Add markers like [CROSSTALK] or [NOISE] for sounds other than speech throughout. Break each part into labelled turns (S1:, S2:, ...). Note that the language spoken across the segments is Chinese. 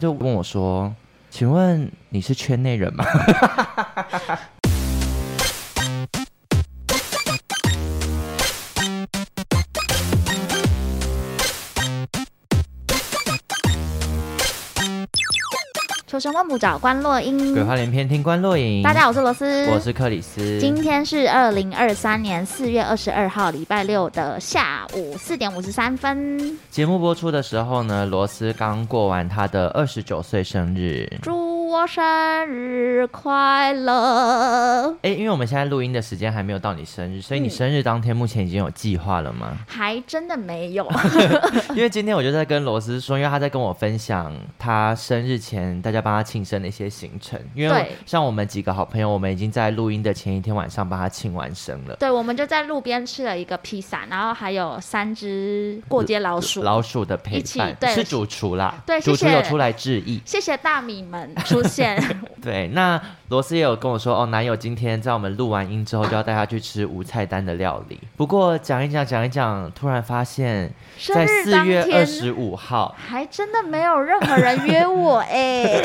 S1: 就问我说：“请问你是圈内人吗？”
S2: 求神问卜找关洛英
S1: 鬼。话连篇，听官落 [LAUGHS] 影。
S2: 大家好，我是罗斯，
S1: 我是克里斯。
S2: 今天是二零二三年四月二十二号，礼拜六的下午四点五十三分。
S1: 节目播出的时候呢，罗斯刚过完他的二十九岁生日。
S2: 祝我生日快乐！
S1: 哎，因为我们现在录音的时间还没有到你生日，所以你生日当天目前已经有计划了 [LAUGHS] 吗？
S2: 还真的没
S1: [LAUGHS]
S2: 有，
S1: 因为今天我就在跟罗斯说，因为他在跟我分享他生日前大家帮他庆生的一些行程。因为
S2: 对
S1: 像我们几个好朋友，我们已经在录音的前一天晚上帮他庆完生了。
S2: 对，我们就在路边吃了一个披萨，然后还有三只过街老鼠。
S1: 老鼠的陪
S2: 一起
S1: 伴
S2: 对
S1: 是主厨啦，
S2: 对
S1: 主厨
S2: 谢谢
S1: 有出来致意。
S2: 谢谢大米们出
S1: [LAUGHS]
S2: 现，
S1: 对，那罗斯也有跟我说，哦，男友今天在我们录完音之后就要带他去吃无菜单的料理。不过讲一讲讲一讲，突然发现，
S2: 生
S1: 在
S2: 日
S1: 四
S2: 当
S1: 月二
S2: 天
S1: 十五
S2: [LAUGHS]
S1: 号，
S2: 还真的没有任何人约我哎、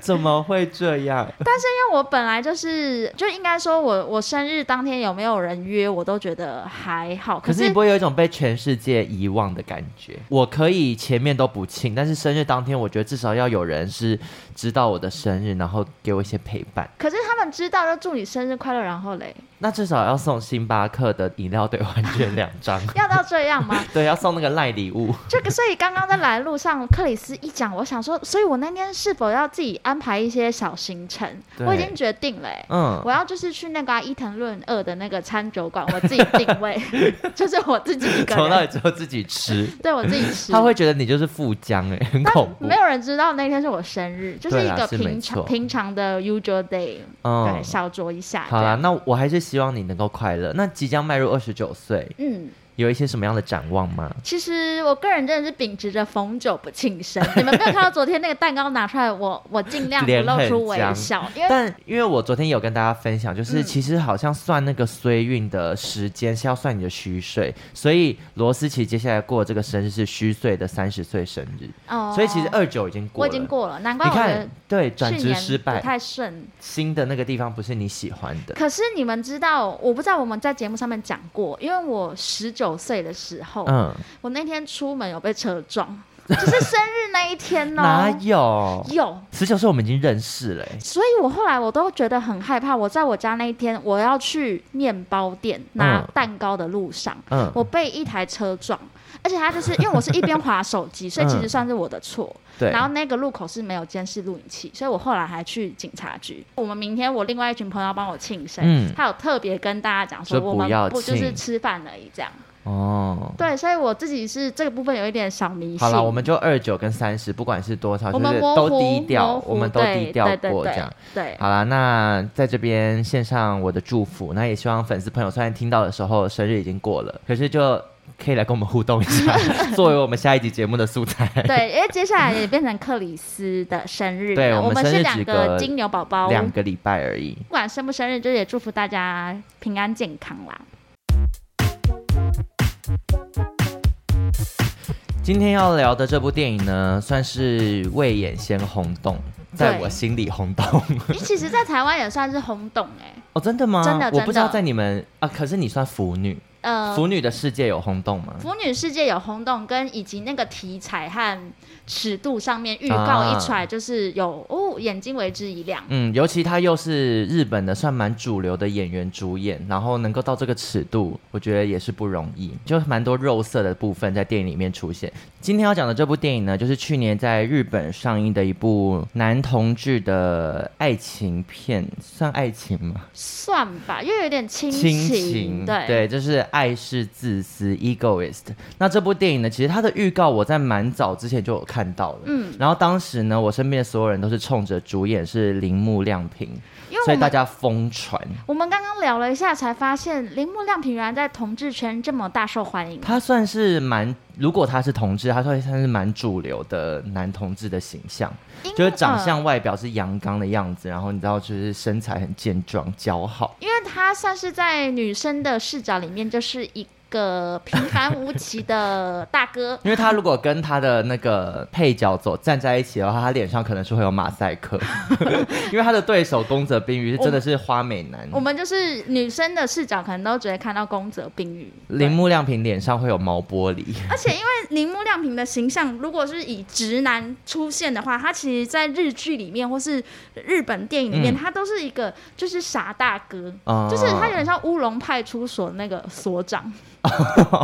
S1: 怎么会这样？
S2: 因为我本来就是，就应该说我我生日当天有没有人约，我都觉得还好。
S1: 可
S2: 可
S1: 是
S2: 是
S1: 你不会有一种被全世界遗忘的感觉？我可以前面都不庆，但是生日当天，我觉得至少要有人是知道我的生日，然后给我一些陪伴。
S2: 可是他们知道就祝你生日快乐，然后嘞， [LAUGHS]
S1: 那至少要送星巴克的饮料兑换券两张，
S2: [LAUGHS] 要到这样吗？
S1: [LAUGHS] 对，要送那个赖礼
S2: [LAUGHS]
S1: 物。
S2: 这个所以刚刚在来的路上，克里斯一讲，我想说，所以我那天是否要自己安排一些小行程？
S1: 对
S2: 我已经决定了、欸。
S1: 嗯，
S2: 我要就是去那个啊伊藤润二的那个餐酒馆，我自己
S1: [LAUGHS]
S2: 定位，就是我自己一个
S1: 从那
S2: 人，
S1: 里之后自己吃。
S2: 对我自己 [LAUGHS] 吃。
S1: 他会觉得你就是富江哎、很恐怖
S2: 没。有人知道那天是我生日，就是
S1: 对
S2: 一
S1: 啊
S2: 个
S1: 是没
S2: 平常、
S1: 错
S2: 平常的 usual day，、对，
S1: 嗯，
S2: 小酌一下。
S1: 好啦，
S2: 对，
S1: 那我还是希望你能够快乐。那即将迈入二十九岁，
S2: 嗯，
S1: 有一些什么样的展望吗？
S2: 其实我个人真的是秉持着逢酒不庆生。
S1: [LAUGHS]
S2: 你们没有看到昨天那个蛋糕拿出来，我我尽量不
S1: 脸
S2: 露
S1: 很
S2: 出微
S1: 僵
S2: 笑，因为
S1: 但因为我昨天有跟大家分享，就是
S2: 嗯
S1: 其实好像算那个衰运的时间是要算你的虚岁，所以罗斯奇接下来过这个生日是虚岁的三十岁生日，
S2: 哦，
S1: 所以其实二九已经过
S2: 我
S1: 了。
S2: 已经过了，难怪
S1: 你
S2: 我的
S1: 看，对，转
S2: 去
S1: 职
S2: 年
S1: 失
S2: 不
S1: 败，
S2: 太顺。
S1: 新的那个地方不是你喜欢的。
S2: 可是你们知道，我不知道我们在节目上面讲过，因为我十九岁的时候，
S1: 嗯，
S2: 我那天出门有被车撞，就是生日那一
S1: [LAUGHS]
S2: 天
S1: 哪
S2: 哦，
S1: 有？
S2: 有。
S1: 十九岁我们已经认识了、欸，
S2: 所以我后来我都觉得很害怕。我在我家那一天，我要去面包店拿
S1: 嗯
S2: 蛋糕的路上，
S1: 嗯，
S2: 我被一台车撞，而且他就是因为我是一边滑手机，所以其实算是我的错。
S1: 嗯对。
S2: 然后那个路口是没有监视录影器，所以我后来还去警察局。我们明天我另外一群朋友帮我庆生，
S1: 嗯
S2: 他有特别跟大家讲说
S1: 说
S2: 我们
S1: 不要
S2: 不就是
S1: 庆
S2: 吃饭而已这样。
S1: 哦，
S2: 对，所以我自己是这个部分有一点小迷信。
S1: 好了，我们就二九跟三十，不管是多少，
S2: 我
S1: 就
S2: 们
S1: 是
S2: 模
S1: 都
S2: 糊
S1: 低调
S2: 模，糊
S1: 我们都
S2: 对
S1: 低调
S2: 对对
S1: 过这
S2: 对
S1: 样。
S2: 对。
S1: 好啦，那在这边献上我的祝福，那也希望粉丝朋友虽然听到的时候生日已经过了，可是就可以来跟我们互动一
S2: [LAUGHS]
S1: 下，作为我们下一集节目的素材。
S2: 对，因为接下来也变成克里斯的生日了，
S1: 对我
S2: 我
S1: 们
S2: 是
S1: 生日
S2: 两
S1: 只
S2: 个
S1: 隔
S2: 金牛宝宝，
S1: 两个礼拜而已。
S2: 不管生不生日，就是也祝福大家平安健康
S1: [LAUGHS]
S2: 啦。
S1: 今天要聊的这部电影呢，算是未演先轰动，在
S2: 对
S1: 我心里轰动。
S2: 你其实，在台湾也算是轰动哎、
S1: 哦，真的吗？
S2: 真的
S1: 我不
S2: 真
S1: 知道
S2: 的
S1: 在你们啊，可是你算腐女，
S2: 呃，
S1: 腐女的世界有轰动吗？
S2: 腐女世界有轰动，跟以及那个题材和尺度上面预告一出
S1: 啊
S2: 来，就是有、哦，眼睛为之一亮。
S1: 嗯，尤其他又是日本的算蛮主流的演员主演，然后能够到这个尺度，我觉得也是不容易，就蛮多肉色的部分在电影里面出现。今天要讲的这部电影呢，就是去年在日本上映的一部男同志的爱情片，算爱情吗？
S2: 算吧，因为有点亲
S1: 亲
S2: 情，对
S1: 就是爱是自私 （egoist）。那这部电影呢，其实它的预告我在蛮早之前就有看到了，嗯，然后当时呢，我身边的所有人都是冲着主演是铃木亮平，
S2: 因为
S1: 所
S2: 我
S1: 以大
S2: 们
S1: 家疯传。
S2: 我们刚刚聊了一下，才发现铃木亮平原来在同志圈这么大受欢迎。
S1: 他算是蛮，如果他是同志，他算算是蛮主流的男同志的形象，
S2: 因
S1: 就是长
S2: 呃
S1: 相外表是阳刚的样子，然后你知道就是身材很健壮姣好，。
S2: 因为他算是在女生的视角里面就是一个平凡无奇的大哥
S1: [LAUGHS] 因为他如果跟他的那个配角走站在一起的话，他脸上可能是会有马赛
S2: [LAUGHS]
S1: 克，因为他的对手宫泽冰鱼是真的是花美男，
S2: 哦我们就是女生的视角，可能都只会看到宫泽冰羽。
S1: 铃木亮平脸上会有毛玻璃，
S2: 而且因为铃木亮平的形象，如果是以直男出现的话，他其实在日剧里面或是日本电影里面，
S1: 嗯
S2: 他都是一个就是傻大哥，
S1: 啊
S2: 就是他有点像乌龙派出所那个
S1: [LAUGHS]
S2: 所长，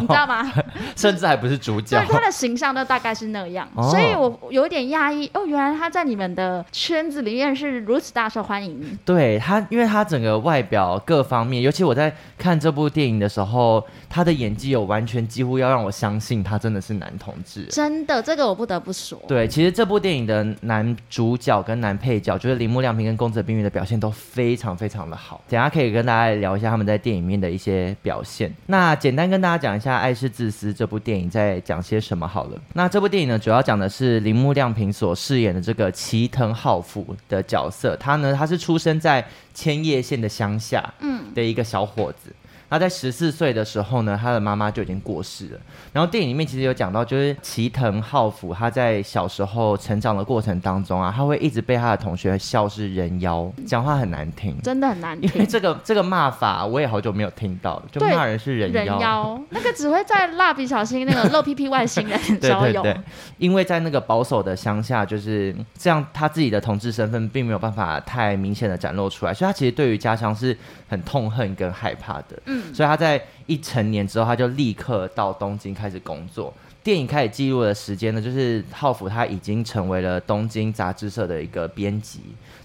S2: 你知道吗？
S1: 甚至还不是主角
S2: 对，，他的形象都大概是那样，
S1: 哦
S2: 所以我有点讶异哦，原来他在你们的圈子里面是如此大受欢迎。
S1: [LAUGHS] 对他，因为他整个外表各方面，尤其我在看这部电影的时候，他的演技有完全几乎要让我相信他真的是男同志。
S2: 真的，这个我不得不说。
S1: 对，其实这部电影的男主角跟男配角，就是铃木亮平跟宫泽冰玉的表现都非常非常的好。等一下可以跟大家聊一下他们在电影里面的一些表现。那简单跟大家讲一下《爱是自私》这部电影在讲些什么好了。那这部电影呢，主要讲的是铃木亮平所饰演的这个齐藤浩辅的角色，他呢，他是出生在千叶县的乡下，
S2: 嗯，
S1: 的一个小伙子。他在十四岁的时候呢，他的妈妈就已经过世了。然后电影里面其实有讲到，就是齐藤浩辅他在小时候成长的过程当中啊，他会一直被他的同学笑是人妖，讲话很难听。
S2: 真的很难
S1: 因为
S2: 听。
S1: 这个这个骂法我也好久没有听到了，就
S2: 对
S1: 骂人是 [LAUGHS] 人
S2: 人
S1: 妖。
S2: 妖那个只会在蜡笔小新那个露屁屁外星人
S1: 对
S2: 时候
S1: 对
S2: 有，
S1: 对，因为在那个保守的乡下，就是这样，他自己的同志身份并没有办法太明显的展露出来，所以他其实对于家乡是很痛恨跟害怕的。
S2: 嗯，
S1: 所以他在一成年之后，他就立刻到东京开始工作。电影开始记录的时间呢，就是浩辅他已经成为了东京杂志社的一个编辑，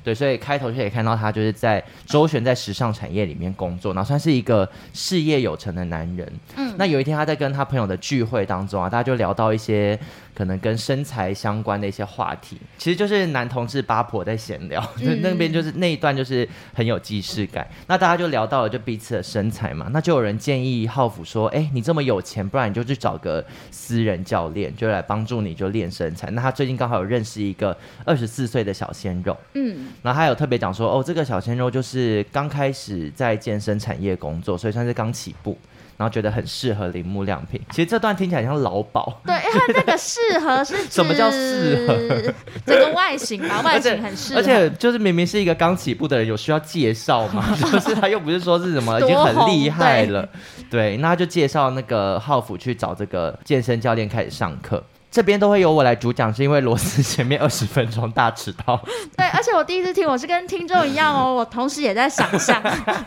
S1: 对，所以开头就可以看到他就是在周旋在时尚产业里面工作，然后算是一个事业有成的男人。
S2: 嗯
S1: 那有一天他在跟他朋友的聚会当中啊，大家就聊到一些可能跟身材相关的一些话题，其实就是男同志八婆在闲聊，
S2: 嗯
S1: 那那边就是那一段就是很有既视感。那大家就聊到了就彼此的身材嘛，那就有人建议浩辅说：“哎、你这么有钱，不然你就去找个私人教练，就来帮助你就练身材。”那他最近刚好有认识一个二十四岁的小鲜肉，
S2: 嗯，
S1: 然后他有特别讲说，哦，这个小鲜肉就是刚开始在健身产业工作，所以算是刚起步，然后觉得很适合铃木亮平。其实这段听起来像劳保，
S2: 对，因为它那个适合是
S1: [LAUGHS]
S2: 指
S1: 什么叫适
S2: 合？整个外形吧，外
S1: [LAUGHS] 而且
S2: 形很适合，
S1: 而且就是啊明明是一个刚起步的人，有需要介绍 [LAUGHS] 吗？就是他又不是说是什么已经很厉害了，对，那他就介绍那个浩辅去找这个健身教练开始上课。这边都会由我来主讲，是因为罗斯前面二十分钟大迟到，
S2: [LAUGHS] 对，而且我第一次听，我是跟听众一样哦，
S1: [LAUGHS]
S2: 我同时也在想象， [LAUGHS] 因为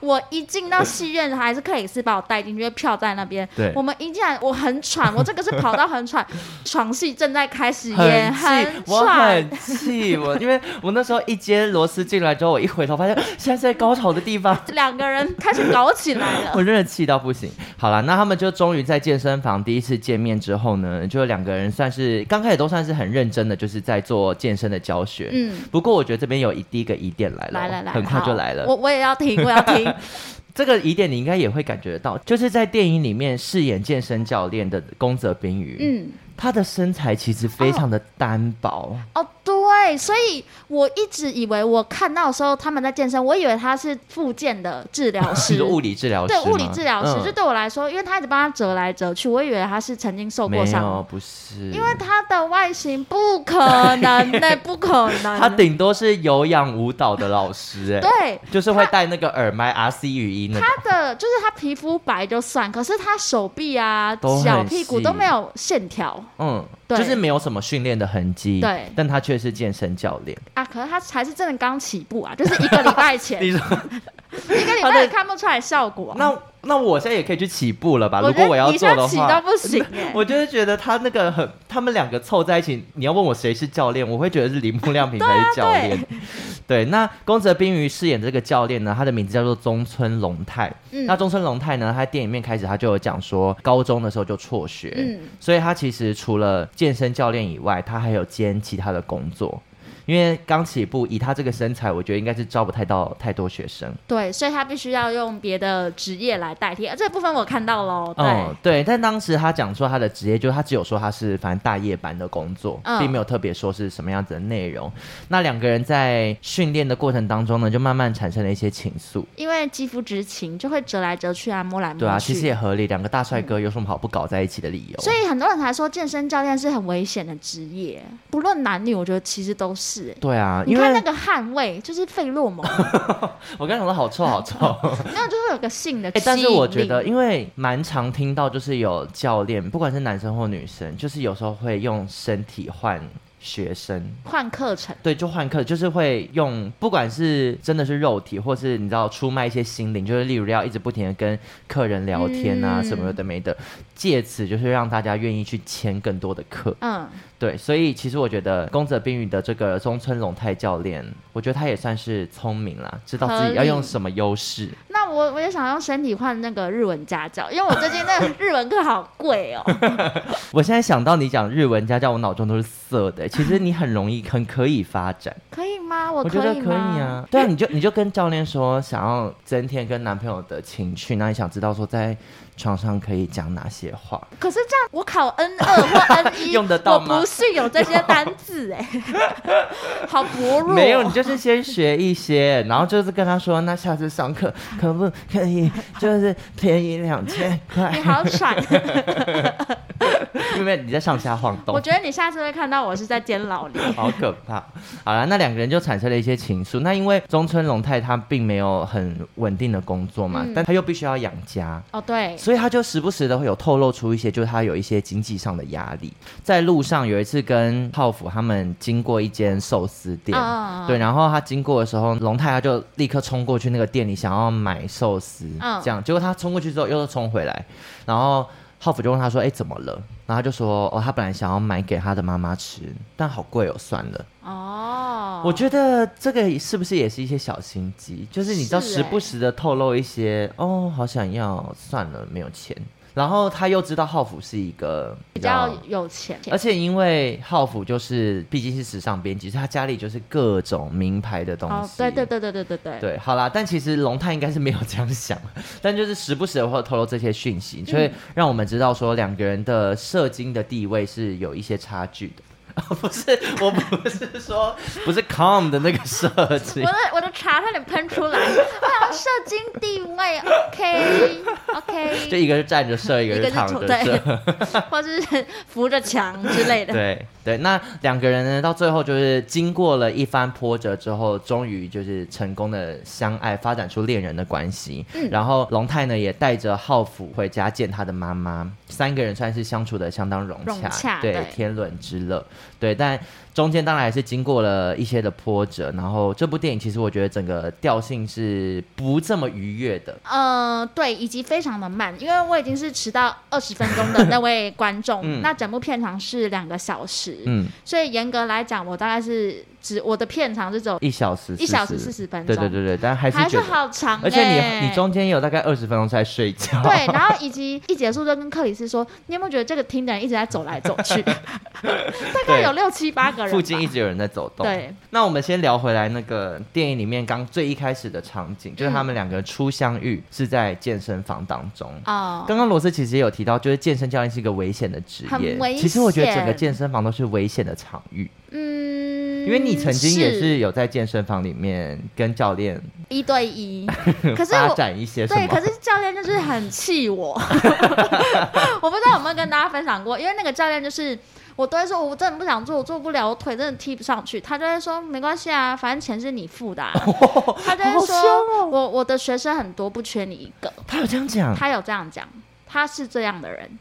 S2: 我一进到戏院，还是克里斯把我带进去，因为票在那边。
S1: 对
S2: 我们一进来，我很
S1: [LAUGHS]
S2: 喘，我这个是跑到很喘，床戏正在开始也
S1: 气，我
S2: 喘。
S1: 很气，我因为我那时候一接罗斯进来之后，我一回头发现现在是在高潮的地方，
S2: 两个人开始搞起来了
S1: [LAUGHS] 我，真的气到不行。好了，那他们就终于在健身房第一次见面之后呢，就两个人算是刚开始都算是很认真的，就是在做健身的教学。
S2: 嗯，
S1: 不过我觉得这边有一第一个疑点来了哦，
S2: 来来来，
S1: 很快就
S2: 好
S1: 来了。
S2: 我我也要听，我要
S1: [LAUGHS]
S2: 听，
S1: 这个疑点你应该也会感觉得到，就是在电影里面饰演健身教练的宫泽冰鱼，
S2: 嗯。
S1: 他的身材其实非常的单薄。
S2: 哦，对，所以我一直以为我看到的时候他们在健身，我以为他是复健的治疗
S1: 是 [LAUGHS]
S2: 师，
S1: 物理治疗师
S2: 对
S1: 吗，
S2: 物理治疗师，
S1: 嗯
S2: 就对我来说，因为他一直帮他折来折去，我以为他是曾经受过
S1: 没
S2: 伤
S1: 有，，不是，
S2: 因为他的外形
S1: [LAUGHS]
S2: 不可能呢、不可能。
S1: 他顶多是有氧舞蹈的老师、哎，
S2: 对
S1: 就是会戴那个耳麦 RC 语音那个。
S2: 他的就是他皮肤白就算，可是他手臂啊
S1: 都、很
S2: 脚屁股
S1: 细
S2: 都没有线条
S1: 嗯，
S2: 对
S1: 就是没有什么训练的痕迹，
S2: 对
S1: 但他却是健身教练。
S2: 啊，可是他才是真的刚起步啊，就是一个礼拜
S1: [LAUGHS]
S2: 前，
S1: 你
S2: 一
S1: 说，
S2: 个礼
S1: 他的
S2: 拜也看不出来效果、啊。
S1: 那那我现在也可以去起步了吧？如
S2: 我
S1: 果
S2: 觉
S1: 我
S2: 得
S1: 要
S2: 你
S1: 做
S2: 现在
S1: 的
S2: 起到
S1: 话，[LAUGHS]
S2: 不行耶、
S1: 我就是觉得他那个很，他们两个凑在一起，你要问我谁是教练，我会觉得是铃木亮
S2: [LAUGHS] 啊
S1: 平才是教练。 [LAUGHS] 对，那宫泽冰鱼饰演这个教练呢，他的名字叫做中村龙太。
S2: 嗯
S1: 那中村龙太呢，他在电影里面开始他就有讲说，高中的时候就辍学，
S2: 嗯
S1: 所以他其实除了健身教练以外，他还有兼其他的工作。因为刚起步，以他这个身材，我觉得应该是招不太到太多学生。
S2: 对，所以他必须要用别的职业来代替。啊这部分我看到喽，哦对，
S1: 嗯，对。但当时他讲说他的职业，就是他只有说他是反正大夜班的工作，
S2: 嗯
S1: 并没有特别说是什么样子的内容。那两个人在训练的过程当中呢，就慢慢产生了一些情愫。
S2: 因为肌肤之情就会折来折去啊，摸来摸去。
S1: 对啊，其实也合理。两个大帅哥有什么好不搞在一起的理由？
S2: 所以很多人才说健身教练是很危险的职业，不论男女，我觉得其实都是、欸。
S1: 对啊，
S2: 你
S1: 因
S2: 看
S1: 为
S2: 那个汗味，就是费洛
S1: [LAUGHS]
S2: 蒙，
S1: 我刚想说好臭好臭。
S2: [LAUGHS] 那就是有个性的
S1: 哎、
S2: 吸引力。
S1: 但是我觉得，因为蛮常听到，就是有教练，不管是男生或女生，就是有时候会用身体换学生，
S2: 换课程，
S1: 对，就换课，就是会用，不管是真的是肉体，或是你知道出卖一些心灵，就是例如要一直不停的跟客人聊天啊，
S2: 嗯
S1: 什么有的没的，借此就是让大家愿意去签更多的课。
S2: 嗯，
S1: 对，所以其实我觉得宫泽冰羽的这个中村龙太教练，我觉得他也算是聪明啦，知道自己要用什么优势。
S2: 那我我也想用身体换那个日文家教，因为我最近那个日文课好
S1: [LAUGHS]
S2: 贵哦。
S1: 我现在想到你讲日文家教，我脑中都是色的。其实你很容易，很可以发展，
S2: 哦可以吗？我
S1: 我觉得
S2: 以
S1: 可以
S2: 吗？
S1: 啊。 [LAUGHS] 对啊，你就你就跟教练说想要增添跟男朋友的情趣，那你想知道说在床上可以讲哪些话？
S2: 可是这样，我考 N 二或 N
S1: [LAUGHS]
S2: 一，
S1: 用得到吗
S2: 我不是有这些单
S1: [LAUGHS]
S2: 字哎、好薄弱。哦
S1: 没有，你就是先学一些，然后就是跟他说，那下次上课可不可以就是便宜两
S2: [LAUGHS]
S1: 千块
S2: 你？
S1: [LAUGHS]
S2: 好喘。
S1: 因为你在上下晃动
S2: 我。觉得你下次会看到我是在监牢
S1: [LAUGHS]
S2: 里。
S1: 好可怕！好了，那两个人就产生了一些情愫。那因为中村龙太他并没有很稳定的工作嘛，
S2: 嗯
S1: 但他又必须要养家，
S2: 哦，对，
S1: 所以他就时不时的会有透露出一些，就是他有一些经济上的压力。在路上有一次跟浩辅他们经过一间寿司店。
S2: 嗯
S1: 对，，然后他经过的时候，龙太他就立刻冲过去那个店里，想要买寿司，
S2: 嗯
S1: 这样。结果他冲过去之后又冲回来，然后浩辅就问他说：“哎，怎么了？”然后他就说：“哦，他本来想要买给他的妈妈吃，但好贵哦，算了。”
S2: 哦，
S1: 我觉得这个是不是也是一些小心机？就是你知道，
S2: 是
S1: 时不
S2: 欸
S1: 时的透露一些、哦，好想要，算了，没有钱。然后他又知道浩辅是一个
S2: 比较有钱，
S1: 而且因为浩辅就是毕竟是时尚编辑，所以他家里就是各种名牌的东西。
S2: 哦，对对对对对对对，
S1: 对，好啦，但其实龙太应该是没有这样想， [LAUGHS] 但就是时不时的会透露这些讯息，就会让我们知道说两个人的社经的地位是有一些差距的。 [LAUGHS] 不是，我不是说不是 com 的那个社经
S2: 我，的我的茶差点喷出来，我想射精地位，OK
S1: [LAUGHS] 就
S2: OK，
S1: 一个是站着射，一个
S2: 一
S1: 是
S2: 个
S1: 躺
S2: 是
S1: 着
S2: 对
S1: 射。
S2: 或者是扶着墙之类 [LAUGHS] 的，
S1: 对对，那两个人呢，到最后就是经过了一番波折之后，终于就是成功的相爱，发展出恋人的关系。
S2: 嗯
S1: 然后龙太呢，也带着浩辅回家见他的妈妈，三个人算是相处的相当融洽，
S2: 融洽
S1: 对
S2: 对
S1: 天伦之乐。对，但中间当然还是经过了一些的波折。然后这部电影其实我觉得整个调性是不这么愉悦的。
S2: 呃，对，以及非常的慢，因为我已经是迟到二十分
S1: [LAUGHS]
S2: 钟的那位观众，那整部片长是两个小时，
S1: 嗯，
S2: 所以严格来讲，我大概是只我的片长是只有
S1: 一小时
S2: 一小时
S1: 40
S2: 四十分
S1: 对
S2: 钟，
S1: 对对对，但还是
S2: 还
S1: 觉
S2: 是
S1: 得。
S2: 好长、欸，
S1: 而且你你中间也有大概二十分钟在睡觉，
S2: 对，然后以及一结束就跟克里斯说，你有没有觉得这个听的人一直在走来走去， [LAUGHS] 大概
S1: 对
S2: 有六七八个人吧，
S1: 附近一直有人在走动。
S2: 对，
S1: 那我们先聊回来那个电影里面刚最一开始的场景，就是他们两个初相遇是在健身房当中。
S2: 哦，
S1: 刚刚罗斯其实也有提到，就是健身教练是一个危险的职业
S2: 很危。险
S1: 其实我觉得整个健身房都是危险的场域，
S2: 嗯，
S1: 因为你曾经也是有在健身房里面跟教练
S2: 一
S1: [LAUGHS]
S2: 对一，可是
S1: 发
S2: 我。
S1: 展一些什
S2: 对，可
S1: 么？
S2: 是教练就是很气我， [LAUGHS] 我不知道有没有跟大家分享过，因为那个教练就是我都会说，我真的不想做，我做不了，我腿真的踢不上去。他就会说没关系啊，反正钱是你
S1: [LAUGHS]
S2: 付的、啊。他就
S1: 好凶
S2: 会说，
S1: 哦嗯
S2: 我我的学生很多，不缺你一个。
S1: 他有这样讲，
S2: 他有这样讲，他是这样的人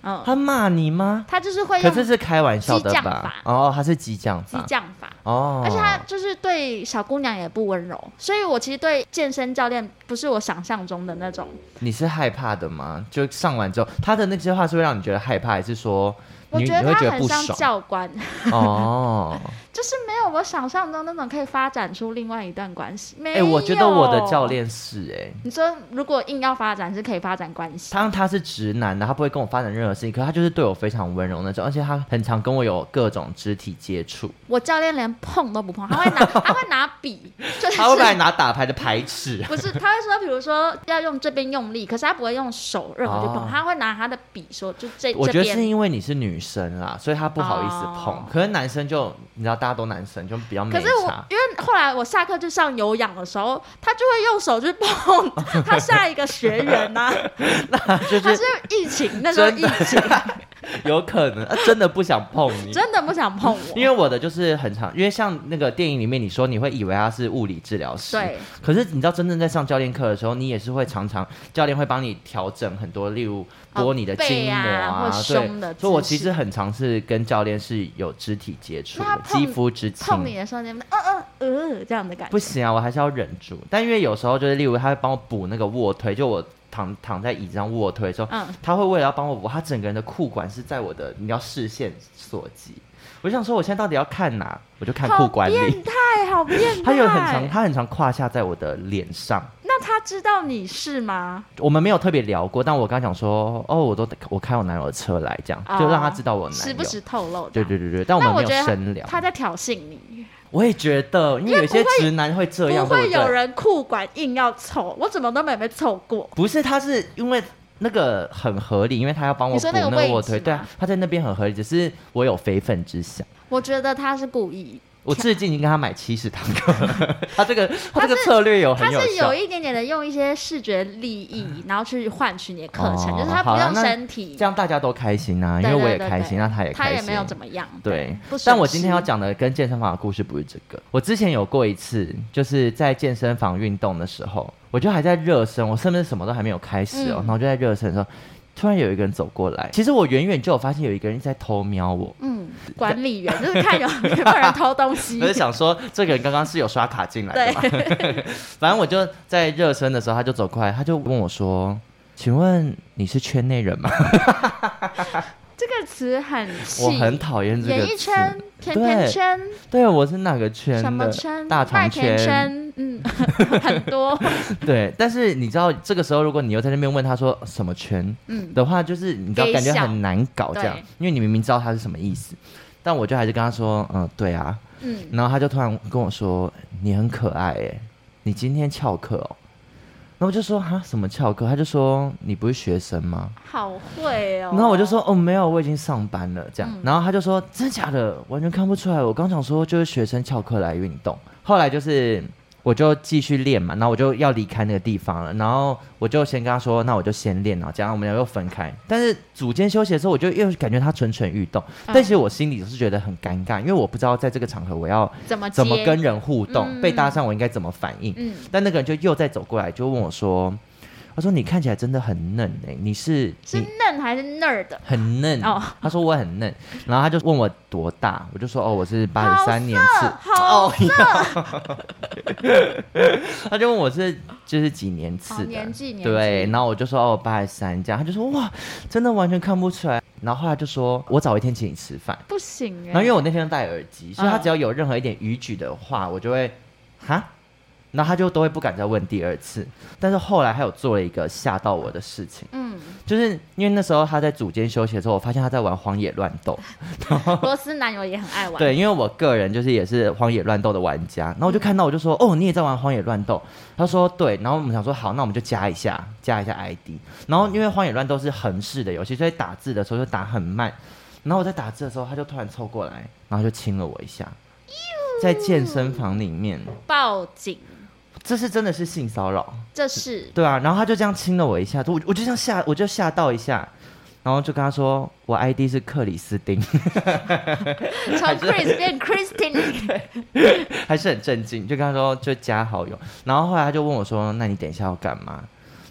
S2: 嗯，
S1: 他骂你吗？
S2: 他就是会
S1: 可
S2: 用
S1: 是
S2: 激
S1: 是开玩笑的
S2: 哎激将
S1: 吧
S2: 法？
S1: 哦，他是激将法。
S2: 将法。
S1: 哦，
S2: 而且他就是对小姑娘也不温柔，所以我其实对健身教练不是我想象中的那种。
S1: 你是害怕的吗？就上完之后，他的那些话是会让你觉得害怕，还是说
S2: 我
S1: 你
S2: 觉
S1: 你
S2: 得
S1: 会觉得
S2: 他很
S1: 不
S2: 像
S1: 爽
S2: 教官， [LAUGHS]
S1: 哦，
S2: 就是没有我想象中那种可以发展出另外一段关系。没
S1: 哎、
S2: 有，
S1: 我觉得我的教，练是哎、
S2: 你说如果硬要发展是可以发展关系，
S1: 他他是直男的，他不会跟我发展任何事情，可是他就是对我非常温柔那种，而且他很常跟我有各种肢体接
S2: [LAUGHS]
S1: 触，
S2: 我教练连碰都不碰，他会
S1: [LAUGHS]
S2: 拿他会拿笔，就是？
S1: 他会不会拿打牌的牌尺
S2: 不是，他会说，比如说要用这边用力，可是他不会用手任何去碰，
S1: 哦
S2: 他会拿他的笔说，就这
S1: 我
S2: 这
S1: 觉得是
S2: 边。
S1: 因为你是女生啦，所以他不好意思碰。
S2: 哦
S1: 可是男生就你知道，大家都男生就比较没
S2: 可
S1: 差。
S2: 是我，因为后来我下课去上有氧的时候，他就会用手去碰 [LAUGHS] 他下一个学员呐、
S1: [LAUGHS] 就
S2: 他
S1: 是
S2: 是疫情那时候疫情，
S1: 有可能、啊、真的不想碰你。
S2: 真的不想碰
S1: [LAUGHS] 因
S2: 我。
S1: 为我的就是很常，因为像那个电影里面，你说你会以为他是物理治疗师，
S2: 对。
S1: 可是你知道，真正在上教练课的时候，你也是会常常教练会帮你调整很多，例如拨你的筋膜
S2: 哦背啊或胸的
S1: 对。
S2: 姿势
S1: 所以我其实很常是跟教练是有肢体接触
S2: 那
S1: 的，
S2: 他碰
S1: 肌肤之
S2: 碰你
S1: 亲。
S2: 的时候，你们呃呃呃这样的感觉
S1: 不，行啊，我还是要忍住。但因为有时候就是，例如他会帮我补那个卧推，就我躺躺在椅子上卧推的时候，
S2: 嗯
S1: 他会为了要帮我补，他整个人的裤管是在我的你要视线所及。我就想说，我现在到底要看哪？我就看
S2: 好
S1: 裤管里。
S2: 变态，好变态。
S1: [LAUGHS] 他有很长，他很长胯下在我的脸上。
S2: 那他知道你是吗？
S1: 我们没有特别聊过，但我刚讲说，哦，我都我开我男友的车来，这样、
S2: 哦
S1: 就让他知道我男友。
S2: 时不时透露的。
S1: 对对对对，但我
S2: 那
S1: 们
S2: 我
S1: 没
S2: 觉
S1: 有
S2: 得
S1: 深聊。
S2: 他在挑衅你，
S1: 我也觉得，因为有些直男会这样，
S2: 不会
S1: 对对
S2: 有人裤管硬要凑，我怎么都没被凑过。
S1: 不是，他是因为那个很合理，因为他要帮我
S2: 你
S1: 补
S2: 说那个
S1: 那个
S2: 位
S1: 卧
S2: 置
S1: 推，对啊
S2: 吗，
S1: 他在那边很合理，只是我有非分之想。
S2: 我觉得他是故意，
S1: 我最近已经跟他买七十堂课， [LAUGHS] 他这个他这个
S2: 是
S1: 策略有
S2: 他
S1: 哦很
S2: 是
S1: 效嗯
S2: 有。一点点的用一些视觉利益，然后去换取你的课程，
S1: 哦
S2: 就是他不
S1: 好啦
S2: 用
S1: 那
S2: 身体
S1: 这，样大家都开心啊，因
S2: 对
S1: 为我
S2: 对
S1: 也
S2: 对
S1: 开心，
S2: 对
S1: 那他也
S2: 他
S1: 开
S2: 也
S1: 心。
S2: 没有怎么样。
S1: 对
S2: 不，
S1: 但
S2: 损
S1: 我今天要
S2: 失
S1: 讲的跟健身房的故事不是这个。我之前有过一次，就是在健身房运动的时候，我就还在热身，我甚至什么都还没有开始哦，
S2: 嗯
S1: 然后就在热身的时候，突然有一个人走过来。其实我远远就有发现有一个人一直在偷瞄我，
S2: 嗯，管理员就是看有有没有人偷东西
S1: 我，就想说这个人刚刚是有刷卡进来的吧？ [LAUGHS] 反正我就在热身的时候，他就走过来，他就问我说：“请问你是圈内人吗
S2: 这个词很？”细，
S1: 我很讨厌这个
S2: 演艺
S1: 词。
S2: 圈、甜甜
S1: 对
S2: 圈、
S1: 对，啊我是哪个圈的？
S2: 什么圈、
S1: 大
S2: 麦
S1: 肠
S2: 田圈，嗯， [LAUGHS] 很多，
S1: 对，但是你知道，这个时候如果你又在那边问他说什么圈
S2: 嗯，
S1: 的话，就是你知道
S2: Gay
S1: 感觉
S2: 笑
S1: 很难搞这样
S2: 对，
S1: 因为你明明知道他是什么意思，但我就还是跟他说，嗯，对啊，
S2: 嗯，
S1: 然后他就突然跟我说，你很可爱哎、你今天翘课哦，然后我就说哈什么翘课，他就说你不是学生吗？
S2: 好会哦。
S1: 然后我就说哦没有，我已经上班了这样，
S2: 嗯
S1: 然后他就说真假的，完全看不出来。我刚想说就是学生翘课来运动，后来就是我就继续练嘛，然后我就要离开那个地方了，然后我就先跟他说那我就先练，然哦后这样我们俩又分开。但是组间休息的时候，我就又感觉他蠢蠢欲动，
S2: 嗯
S1: 但其实我心里是觉得很尴尬，因为我不知道在这个场合我要
S2: 怎么
S1: 怎么
S2: 接
S1: 跟人互动，
S2: 嗯
S1: 被搭讪我应该怎么反应。
S2: 嗯，
S1: 但那个人就又再走过来，就问我说。他说：“你看起来真的很嫩哎、你是
S2: 是
S1: 你
S2: 嫩还是嫩的？
S1: 很嫩
S2: 哦
S1: 他说我很嫩，然后他就问我多大，我就说哦，我是八
S2: 好
S1: 十
S2: 色
S1: 三年次，
S2: 好
S1: 色， [LAUGHS] 他就问我是就是几年次
S2: 哦
S1: 的，
S2: 年纪年纪
S1: 对，然后我就说哦八十三这样，他就说哇，真的完全看不出来，然后后来就说我早一天请你吃饭，
S2: 不行哎、
S1: 然后因为我那天戴耳机，所以他
S2: 嗯
S1: 只要有任何一点语句的话，我就会哈。然后他就都会不敢再问第二次，但是后来他有做了一个吓到我的事情， [LAUGHS]
S2: 嗯，
S1: 就是因为那时候他在组间休息的时候，我发现他在玩荒野乱斗。
S2: 罗斯男友也很爱玩。，
S1: 对，因为我个人就是也是荒野乱斗的玩家，然后我就看到我就说，哦，你也在玩荒野乱斗？他说对，然后我们想说好，那我们就加一下，加一下 ID。然后因为荒野乱斗是横式的游戏，所以打字的时候就打很慢。然后我在打字的时候，他就突然凑过来，然后就亲了我一下，在健身房里面，
S2: 报警，
S1: 这是真的是性骚扰。
S2: 这是
S1: 对啊，然后他就这样亲了我一下，我我就这样吓，我就吓到一下，然后就跟他说我 ID 是克里斯汀，
S2: 从 Chris 变 Christine， [LAUGHS]
S1: 还是很震惊，就跟他说就加好友，然后后来他就问我说，那你等一下要干嘛？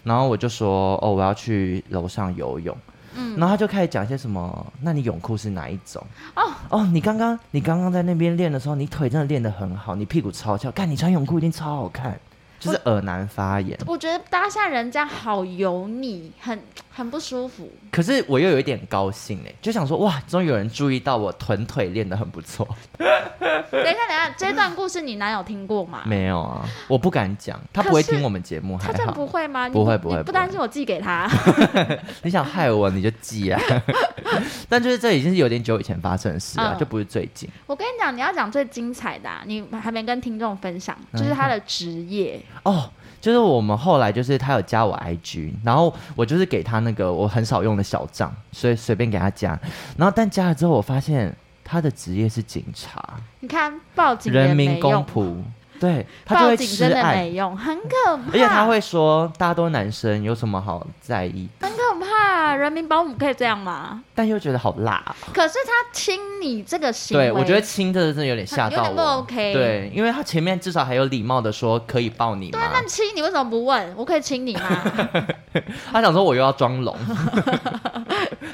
S1: 然后我就说哦，我要去楼上游泳。嗯，然后他就开始讲一些什么，那你泳裤是哪一种？
S2: 哦
S1: 哦，你刚刚你刚刚在那边练的时候，你腿真的练得很好，你屁股超翘，看你穿泳裤一定超好看。就是耳难发炎。
S2: 我觉得搭讪人这样好油腻，很很不舒服。
S1: 可是我又有一点高兴哎，就想说哇，终于有人注意到我臀腿练得很不错。
S2: 等一下，等一下，这段故事你男友听过吗？
S1: 没有啊，我不敢讲，他不会
S2: 可是
S1: 听我们节目，还
S2: 他真
S1: 好
S2: 的不。会吗？你
S1: 不会不会
S2: 你
S1: 不会
S2: 不担心我寄给他？
S1: 你想害我，你就记
S2: [LAUGHS]
S1: 啊。但就是这已经是有点久以前发生的事了，
S2: 嗯
S1: 就不是最近。
S2: 我跟你讲，你要讲最精彩的、啊，你还没跟听众分享，就是他的职业。
S1: 哦，就是我们后来就是他有加我 IG，然后我就是给他那个我很少用的小账，所以随便给他加。然后但加了之后，我发现他的职业是警察，
S2: 你看，报警也
S1: 人
S2: 没
S1: 民公
S2: 用，
S1: 仆，对他就
S2: 报
S1: 会
S2: 警
S1: 吃
S2: 真的
S1: 案，
S2: 没用，很可怕。
S1: 而且他会说大家都男生，有什么好在意？
S2: 很可怕，人民保姆可以这样吗？
S1: 但又觉得好辣哦、
S2: 可是他亲你这个行为，
S1: 对，我觉得亲这个真的有点吓到我，
S2: 有点不 OK
S1: 对，因为他前面至少还有礼貌的说可以抱你吗
S2: 对？啊，那亲你为什么不问？我可以亲你吗？ [LAUGHS]
S1: 他想说我又要装聋，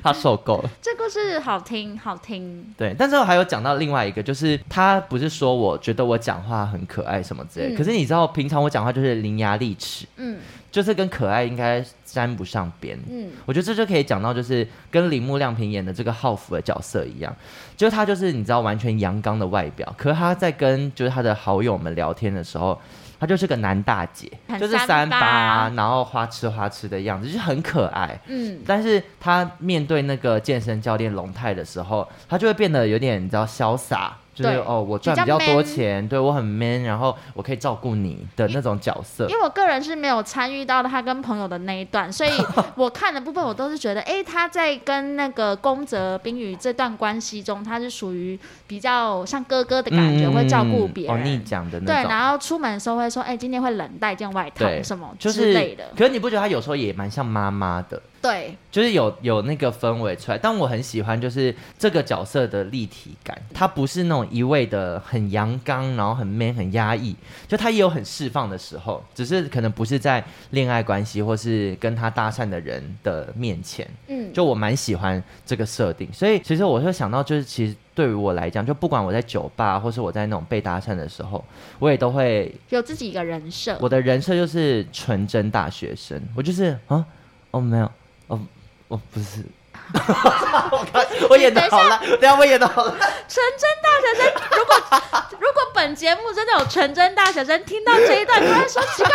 S1: 他受够了。
S2: 这故事好听，好听。
S1: 对，但是我还有讲到另外一个，就是他不是说我觉得我讲话很可爱什么之类的，
S2: 嗯
S1: 可是你知道，平常我讲话就是伶牙俐齿，
S2: 嗯
S1: 就是跟可爱应该沾不上边。
S2: 嗯，
S1: 我觉得这就可以讲到，就是跟铃木亮平演的这个浩福的角色一样，就是他就是你知道完全阳刚的外表，可是他在跟就是他的好友们聊天的时候，他就是个男大姐，
S2: 很
S1: 就是
S2: 三
S1: 八
S2: 八，
S1: 然后花痴花痴的样子，就是很可爱。
S2: 嗯，
S1: 但是他面对那个健身教练龙泰的时候，他就会变得有点你知道潇洒，就是
S2: 对
S1: 哦，我赚
S2: 比
S1: 比较
S2: 较
S1: 多
S2: man
S1: 钱，对我很 man，然后我可以照顾你的那种角色
S2: 因。为我个人是没有参与到他跟朋友的那一段，
S1: [LAUGHS]
S2: 所以我看的部分我都是觉得，哎、他在跟那个宫泽冰雨这段关系中，他是属于比较像哥哥的感觉，
S1: 嗯
S2: 会照顾
S1: 嗯嗯
S2: 别
S1: 哦，你
S2: 人。
S1: 讲的
S2: 对
S1: 那，种。
S2: 然后出门的时候会说，哎、今天会冷带一件外套
S1: 对
S2: 什么
S1: 就
S2: 之
S1: 是
S2: 类的，
S1: 可是你不觉得他有时候也蛮像妈妈的，
S2: 对，
S1: 就是有有那个氛围出来。但我很喜欢就是这个角色的立体感，他不是那种一味的很阳刚，然后很 man 很压抑，就他也有很释放的时候，只是可能不是在恋爱关系或是跟他搭讪的人的面前。
S2: 嗯，
S1: 就我蛮喜欢这个设定，所以其实我会想到，就是其实对于我来讲，就不管我在酒吧或是我在那种被搭讪的时候，我也都会
S2: 有自己一个人设。
S1: 我的人设就是纯真大学生，我就是啊，哦没有，哦我不是，
S2: [LAUGHS]
S1: 我看我演的好烂，等一下我演的好烂，
S2: 纯真大学生，如果如果本节目真的有纯真大学生听到这一段，他会说奇怪，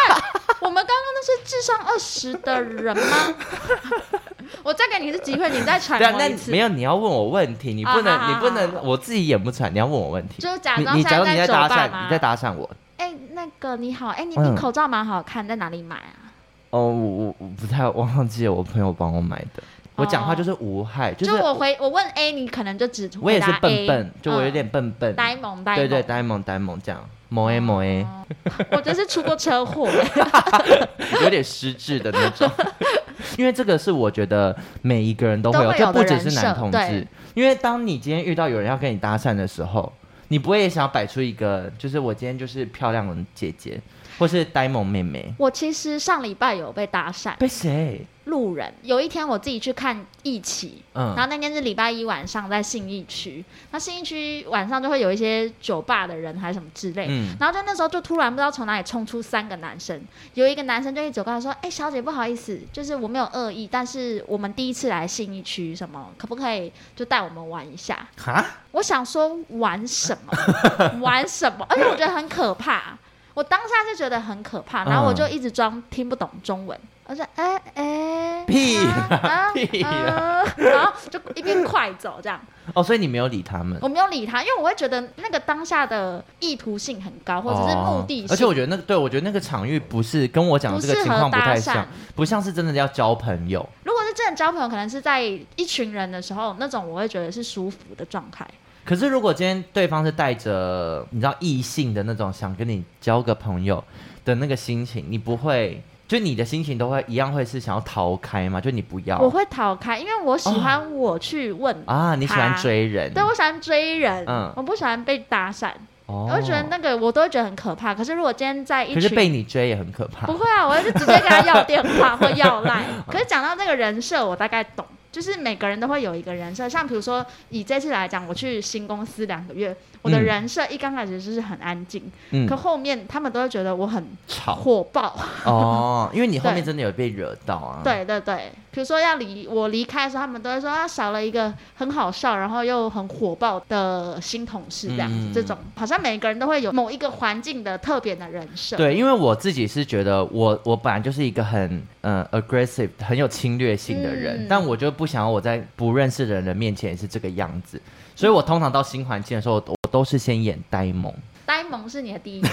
S2: 我们刚刚都是智商二十的人吗？我再给你一次机会，你
S1: [LAUGHS]
S2: 再揣
S1: 对啊，
S2: 摩
S1: 那
S2: 一
S1: 你
S2: 次，
S1: 没有你要问我问题，你
S2: 啊
S1: 不能、
S2: 好好
S1: 你不能
S2: 好
S1: 我自己演不出来，你要问我问题，
S2: 就是假
S1: 你
S2: 装
S1: 你
S2: 现
S1: 假如你
S2: 在酒
S1: 搭
S2: 吧
S1: 讪，
S2: 吗
S1: 你？在搭讪我，
S2: 哎、那个你好，哎、你
S1: 嗯
S2: 你口罩蛮好看，在哪里买啊？
S1: 哦我我我不太忘记了我朋友帮我买的，我讲话
S2: 哦
S1: 就是无害，
S2: 就是我回我问 A，你可能就只
S1: 我
S2: 回
S1: 也是
S2: 答
S1: 笨
S2: A，
S1: 笨，就我有
S2: 嗯
S1: 点笨笨，
S2: 呆萌呆萌，
S1: 对对，呆萌呆萌这样，萌 A 萌 A，
S2: 我真是出过车祸、 [LAUGHS]
S1: 有点失智的那种。 [LAUGHS] 因为这个是我觉得每一个人都会有，
S2: 都会
S1: 这
S2: 有
S1: 不
S2: 的
S1: 只是
S2: 人设
S1: 男同志
S2: 对。
S1: 因为当你今天遇到有人要跟你搭讪的时候，你不会也想要摆出一个，就是我今天就是漂亮的姐姐，或是呆萌妹妹。
S2: 我其实上礼拜有被搭讪，
S1: 被谁？
S2: 路人。有一天我自己去看义起，
S1: 嗯
S2: 然后那天是礼拜一晚上在信义区，那信义区晚上就会有一些酒吧的人还是什么之类。
S1: 嗯，
S2: 然后就那时候就突然不知道从哪里冲出三个男生，有一个男生就一走过来说：“哎、小姐，不好意思，就是我没有恶意，但是我们第一次来信义区，什么可不可以就带我们玩一下
S1: 哈，？”
S2: 我想说玩什
S1: [LAUGHS]
S2: 么，玩什么，而且我觉得很可怕，我当下就觉得很可怕，然
S1: 嗯
S2: 后我就一直装听不懂中文，我说：“哎、哎、
S1: 屁
S2: 啊
S1: [LAUGHS] 屁啊
S2: 啊然后就一边快走这样，
S1: 哦，所以你没有理他们，
S2: 我没有理他，因为我会觉得那个当下的意图性很高，或者是目的
S1: 哦
S2: 性，
S1: 而且我觉得那个，对我觉得那个场域不是跟我讲的
S2: 不
S1: 这个
S2: 适
S1: 情
S2: 合
S1: 况不
S2: 搭
S1: 太
S2: 讪
S1: 像，。不像是真的要交朋友。
S2: 如果是真的交朋友，可能是在一群人的时候，那种我会觉得是舒服的状态。
S1: 可是如果今天对方是带着你知道异性的那种想跟你交个朋友的那个心情，你不会，就你的心情都会一样会是想要逃开吗？就你不
S2: 我
S1: 要
S2: 会逃开，因为我喜
S1: 哦
S2: 欢我去问，
S1: 啊，你喜欢
S2: 他
S1: 追人，
S2: 对我喜欢追人，
S1: 嗯
S2: 我不喜欢被搭讪，
S1: 哦
S2: 我会觉得那个我都会觉得很可怕。可是如果今天在一
S1: 可是
S2: 群
S1: 被你追也很可怕 [LAUGHS]
S2: 不。会啊，我会就直接跟他要电话或要赖。可是讲到那个人设，我大概懂，就是每个人都会有一个人设，像比如说以这次来讲，我去新公司两个月，我的
S1: 嗯
S2: 人设一刚开始就是很安静，
S1: 嗯
S2: 可，后面他们都会觉得我很 [LAUGHS]
S1: 吵
S2: 火爆。
S1: 哦，因为你后面
S2: 对
S1: 真的有被惹到啊。，
S2: 对对对，比如说要离我离开的时候，他们都会说啊少了一个很好笑，然后又很火爆的新同事这样子。
S1: 嗯
S2: 这种好像每个人都会有某一个环境的特别的人设。
S1: 对，因为我自己是觉得我我本来就是一个很嗯、呃 aggressive 很有侵略性的人，
S2: 嗯
S1: 但我就不想要我在不认识的人的面前也是这个样子，所以我通常到新环境的时候，我我都是先演呆萌，
S2: 呆萌是你的第一步，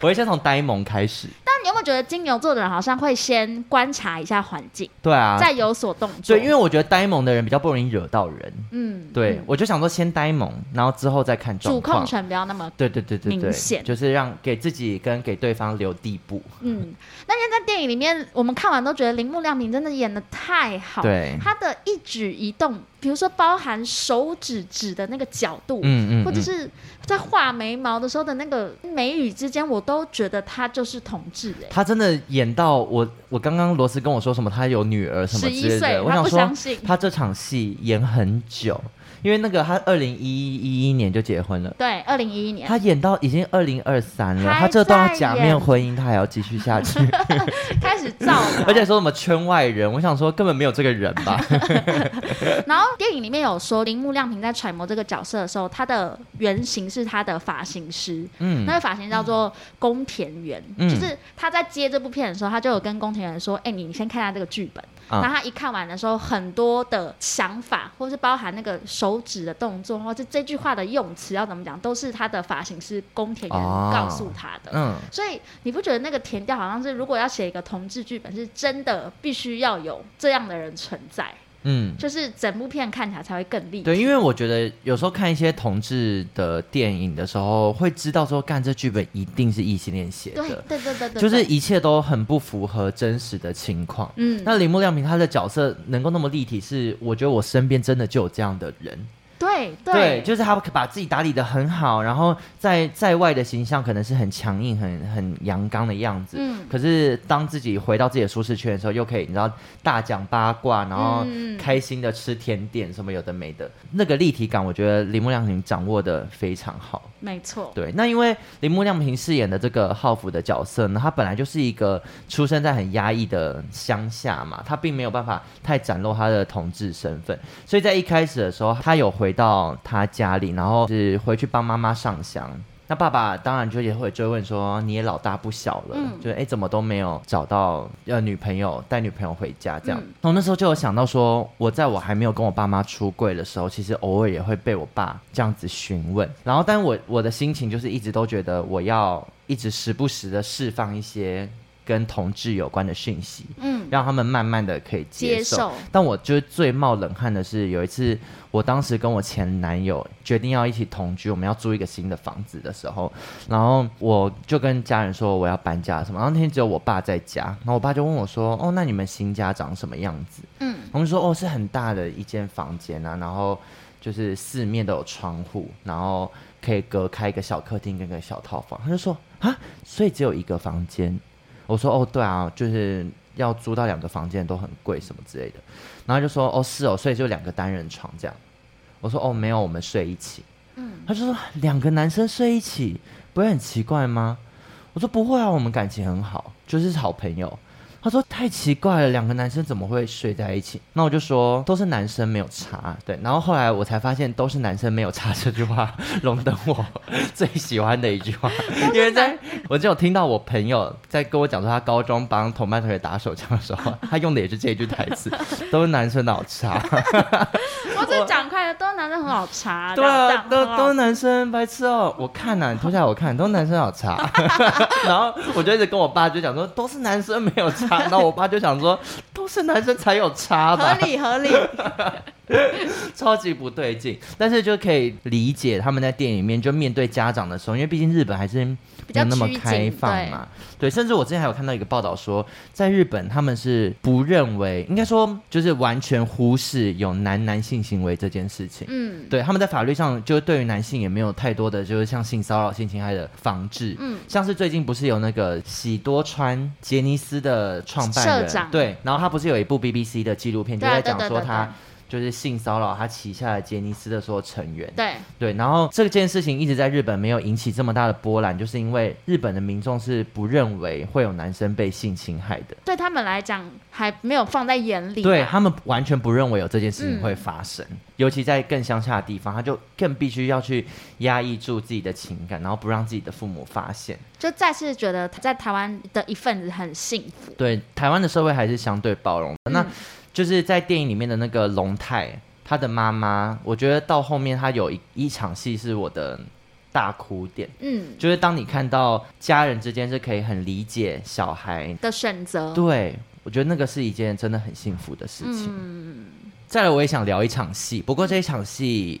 S1: 我会先从呆萌开始。
S2: 但你有没有觉得金牛座的人好像会先观察一下环境，
S1: 对啊，
S2: 再有所动作？
S1: 对，因为我觉得呆萌的人比较不容易惹到人。
S2: 嗯，
S1: 对，
S2: 嗯
S1: 我就想说先呆萌，然后之后再看状
S2: 主
S1: 况
S2: 控。权不要那么
S1: 对对对对
S2: 明
S1: 对，
S2: 显
S1: 就是让给自己跟给对方留地步。
S2: 嗯，那因为在电影里面，我们看完都觉得铃木亮平真的演的太好，
S1: 对
S2: 他的一举一动，比如说包含手指指的那个角度，
S1: 嗯嗯，
S2: 或者
S1: 嗯
S2: 是在画眉毛的时候的那个眉宇之间，我都觉得他就是同志哎、
S1: 他真的演到我，我刚刚罗斯跟我说什么，他有女儿什么
S2: 十
S1: 之
S2: 一
S1: 类
S2: 岁
S1: 的，，我
S2: 他
S1: 想
S2: 不
S1: 说
S2: 相信，
S1: 他这场戏演很久，因为那个他二零一一年就结婚了。
S2: 对，二零一一年，
S1: 他演到已经二零二三了，
S2: 还
S1: 他这段
S2: 在
S1: 假面
S2: 演
S1: 婚姻他还要继续下去，
S2: 开始造谣，
S1: [LAUGHS] 而且说什么圈外人，我想说根本没有这个人
S2: [LAUGHS]
S1: 吧。
S2: 然后电影里面有说，铃木亮平在揣摩这个角色的时候，他的原型是他的发型师，
S1: 嗯
S2: 那个发型叫做宫田元，
S1: 嗯
S2: 就是他在接这部片的时候，他就有跟宫田元说：“哎、你先看一下这个剧本。
S1: 啊
S2: 然后他一看完的时候，很多的想法，或是包含那个手指的动作，或是这句话的用词要怎么讲，都是他的发型师宫田元
S1: 哦
S2: 告诉他的。
S1: 嗯，
S2: 所以你不觉得那个填调好像是，如果要写一个同志剧本，是真的必须要有这样的人存在？
S1: 嗯，
S2: 就是整部片看起来才会更立体。
S1: 对，因为我觉得有时候看一些同志的电影的时候，会知道说，干这剧本一定是异性恋写
S2: 对
S1: 的，
S2: 对对对对，
S1: 就是
S2: 对
S1: 一切都很不符合真实的情况。
S2: 嗯，
S1: 那铃木亮平他的角色能够那么立体是，我觉得我身边真的就有这样的人，
S2: 对
S1: 就是他把自己打理的很好，然后在在外的形象可能是很强硬、很很阳刚的样子，
S2: 嗯
S1: 可是当自己回到自己的舒适圈的时候，又可以你知道大讲八卦，然后
S2: 嗯
S1: 开心的吃甜点什么有的没的，那个立体感，我觉得铃木亮平掌握的非常好。
S2: 没错，
S1: 对，那因为铃木亮平饰演的这个浩福的角色呢，他本来就是一个出生在很压抑的乡下嘛，他并没有办法太展露他的同志身份，所以在一开始的时候，他有回到他家里，然后是回去帮妈妈上香。那爸爸当然就也会追问说，你也老大不小了，
S2: 嗯
S1: 就哎、诶怎么都没有找到呃女朋友，带女朋友回家这样。
S2: 嗯
S1: 从那时候就有想到说，我在我还没有跟我爸妈出柜的时候，其实偶尔也会被我爸这样子询问。然后，但我我的心情就是一直都觉得我要一直时不时的释放一些跟同志有关的讯息，
S2: 嗯，
S1: 让他们慢慢的可以接
S2: 接
S1: 受。
S2: 受，
S1: 但我就是最冒冷汗的是，有一次我当时跟我前男友决定要一起同居，我们要租一个新的房子的时候，然后我就跟家人说我要搬家什么，然后那天只有我爸在家，然后我爸就问我说：“哦，那你们新家长什么样子？”
S2: 嗯
S1: 我们说哦，是很大的一间房间啊，然后就是四面都有窗户，然后可以隔开一个小客厅跟个小套房。他就说啊，所以只有一个房间。我说哦，对啊，就是要租到两个房间都很贵什么之类的。然后他就说哦，是哦，所以就两个单人床这样。我说哦，没有，我们睡一起。
S2: 嗯
S1: 他就说两个男生睡一起不会很奇怪吗？我说不会啊，我们感情很好，就是好朋友。他说太奇怪了，两个男生怎么会睡在一起？那我就说都是男生没有差，对。然后后来我才发现都是男生没有差这句话 [LAUGHS] 荣登我最喜欢的一句话，因为在我就有听到我朋友在跟我讲说他高中帮同班同学打手枪的时候，他用的也是这一句台词，都是男生脑差。
S2: 我只讲快了，都男生很好查，
S1: 对
S2: 这
S1: 啊，
S2: 样
S1: 都都是
S2: 哦
S1: 男生白痴哦、我看呐、你脱下来我看，都是男生好差。 [LAUGHS] 然后我就一直跟我爸就讲说，都是男
S2: [LAUGHS]
S1: 生没有差。然后我爸就想说，都是男生才有差吧
S2: 合。理合理，
S1: [LAUGHS] 超级不对劲。但是就可以理解他们在店里面就面对家长的时候，因为毕竟日本还是没
S2: 比较
S1: 有那么
S2: 拘谨
S1: 开放嘛。对，甚至我之前还有看到一个报道说，在日本他们是不认为，应该说就是完全忽视有男男性行为这件事情。
S2: 嗯，
S1: 对，他们在法律上就对于男性也没有太多的就是像性骚扰、性侵害的防治。
S2: 嗯
S1: 嗯，像是最近不是有那个喜多川杰尼斯的创办
S2: 社
S1: 人
S2: 长
S1: 对，然后他不是有一部 BBC 的纪录片，就
S2: 对啊
S1: 在
S2: 对
S1: 讲
S2: 对
S1: 说
S2: 对对
S1: 他。就是性骚扰他旗下的杰尼斯的所有成员，
S2: 对，
S1: 对，然后这件事情一直在日本没有引起这么大的波澜，就是因为日本的民众是不认为会有男生被性侵害的，
S2: 对他们来讲还没有放在眼里。啊
S1: 对，他们完全不认为有这件事情
S2: 嗯
S1: 会发生，尤其在更乡下的地方，他就更必须要去压抑住自己的情感，然后不让自己的父母发现。
S2: 就再次觉得在台湾的一份子很幸福。
S1: 对，台湾的社会还是相对包容的。那
S2: 嗯
S1: 就是在电影里面的那个龙太，他的妈妈，我觉得到后面他有一一场戏是我的大哭点，
S2: 嗯
S1: 就是当你看到家人之间是可以很理解小孩，
S2: 的选择，
S1: 对我觉得那个是一件真的很幸福的事情。
S2: 嗯，
S1: 再来，我也想聊一场戏，不过这一场戏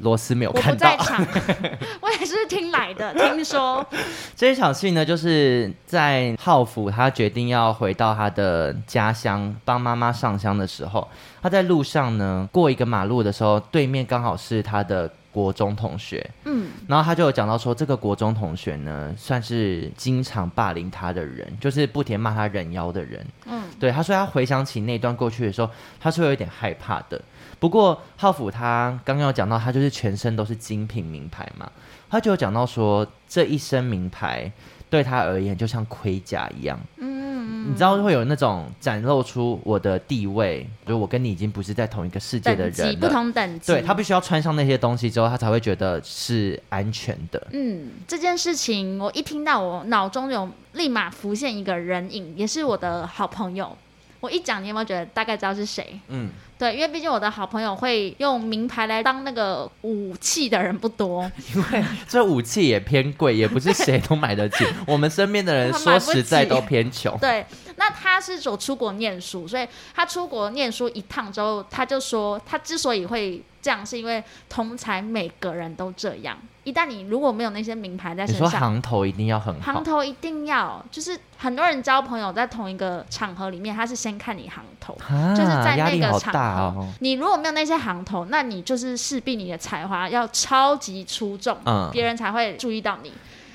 S1: 罗斯没有
S2: 我不
S1: 看
S2: 在
S1: 到。啊
S2: 场， [LAUGHS] 我也是听来的，听说，
S1: [LAUGHS] 这一场戏呢，就是在浩辅他决定要回到他的家乡帮妈妈上香的时候，他在路上呢过一个马路的时候，对面刚好是他的国中同学，
S2: 嗯，
S1: 然后他就有讲到说，这个国中同学呢，算是经常霸凌他的人，就是不停骂他人妖的人。
S2: 嗯
S1: 嗯，对，他说他回想起那段过去的时候，他是会有一点害怕的。不过浩辅他刚刚有讲到，他就是全身都是精品名牌嘛，他就有讲到说，这一身名牌对他而言就像盔甲一样。
S2: 嗯，
S1: 你知道会有那种展露出我的地位，就我跟你已经不是在同一个世界的
S2: 等
S1: 人
S2: 级
S1: 了。
S2: 不同等级，
S1: 对他必须要穿上那些东西之后，他才会觉得是安全的。
S2: 嗯，这件事情我一听到，我脑中有立马浮现一个人影，也是我的好朋友。我一讲，你有没有觉得大概知道是谁？
S1: 嗯，
S2: 对，因为毕竟我的好朋友会用名牌来当那个武器的人不多， [LAUGHS]
S1: 这武器也偏贵，也不是谁都买得起。我们身边的人
S2: 他买
S1: 说
S2: 不
S1: 实在
S2: 起
S1: 都偏穷。
S2: 对，
S1: [LAUGHS]
S2: 那他是有出国念书，所以他出国念书一趟之后，他就说，他之所以会这样，是因为同才每个人都这样。一旦你如果没有那些名牌在
S1: 你
S2: 身
S1: 说
S2: 上，
S1: 行头一定要很好
S2: 行，头一定要，就是很多人交朋友在同一个场合里面，他是先看你行
S1: [LAUGHS]
S2: 头。
S1: 啊
S2: 就是在
S1: 压
S2: 那
S1: 力
S2: 个
S1: 好
S2: 场
S1: 大
S2: 合
S1: 哦。
S2: 你如果没有那些行头，那你就是势必你的才华要超级出众，
S1: 嗯
S2: 别人才会注意到你。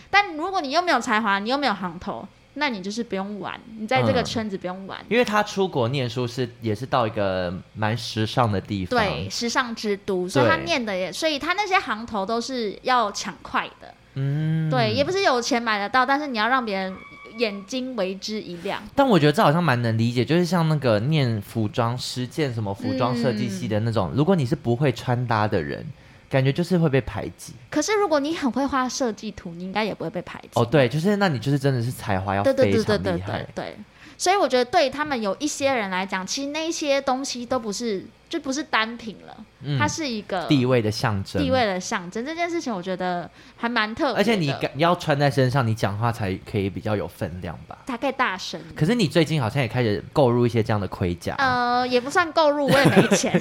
S2: 但如果你又没有才华，你又没有行头，那你就是不用玩，你在这个
S1: 嗯
S2: 圈子不用玩。
S1: 因为他出国念书是也是到一个蛮时尚的地方，
S2: 对，，时尚之都，所以他
S1: 嗯对
S2: 念的也，所以他那些行头都是要抢快的，
S1: 嗯，
S2: 对，也不是有钱买得到，但是你要让别人眼睛为之一亮，
S1: 但我觉得这好像蛮能理解，就是像那个念服装实践什么服装设计系的那
S2: 嗯
S1: 种，如果你是不会穿搭的人，感觉就是会被排挤。
S2: 可是如果你很会画设计图，你应该也不会被排挤。
S1: 哦，对，就是那你就是真的是才华要
S2: 对对
S1: 非
S2: 对对
S1: 常
S2: 对
S1: 厉
S2: 对
S1: 害，
S2: 对，所以我觉得对他们有一些人来讲，其实那一些东西都不是就不是单品了，
S1: 嗯
S2: 它是一个
S1: 地位的象征。
S2: 地位，的象征。这件事情我觉得还蛮特别的，
S1: 而且你敢要穿在身上，你讲话才可以比较有分量吧。
S2: 大概大神。
S1: 可是你最近好像也开始购入一些这样的盔甲，
S2: 呃，也不算购入，我也没钱，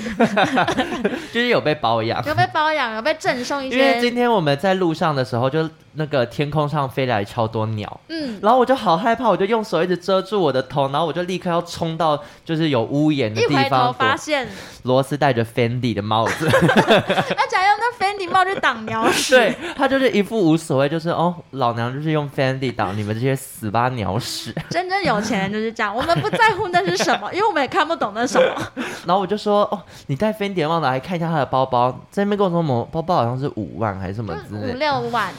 S1: [LAUGHS] 就是有被包养。
S2: 有被包养，有被赠送一
S1: 因为
S2: 些
S1: 今，天我们在路上的时候，就那个天空上飞来超多鸟，
S2: 嗯，
S1: 然后我就好害怕，我就用手一直遮住我的头，然后我就立刻要冲到就是有屋檐的
S2: 一
S1: 地
S2: 回头
S1: 方。
S2: 发现，
S1: 罗斯戴着 Fendi 的帽子，
S2: 而且还用那 Fendi 帽去挡鸟屎，
S1: 对他就是一副无所谓，就是哦，老娘就是用 Fendi 挡你们这些死八鸟屎。 [LAUGHS]
S2: 真正有钱人就是这样，我们不在乎那是什么，因为我们也看不懂那是什
S1: [LAUGHS]
S2: 么，
S1: 然后我就说哦，你戴 Fendi 的帽子，还看一下他的包包，在那边跟我说某包包好像是五万还是什么之类
S2: 嗯五
S1: 的，
S2: 六万，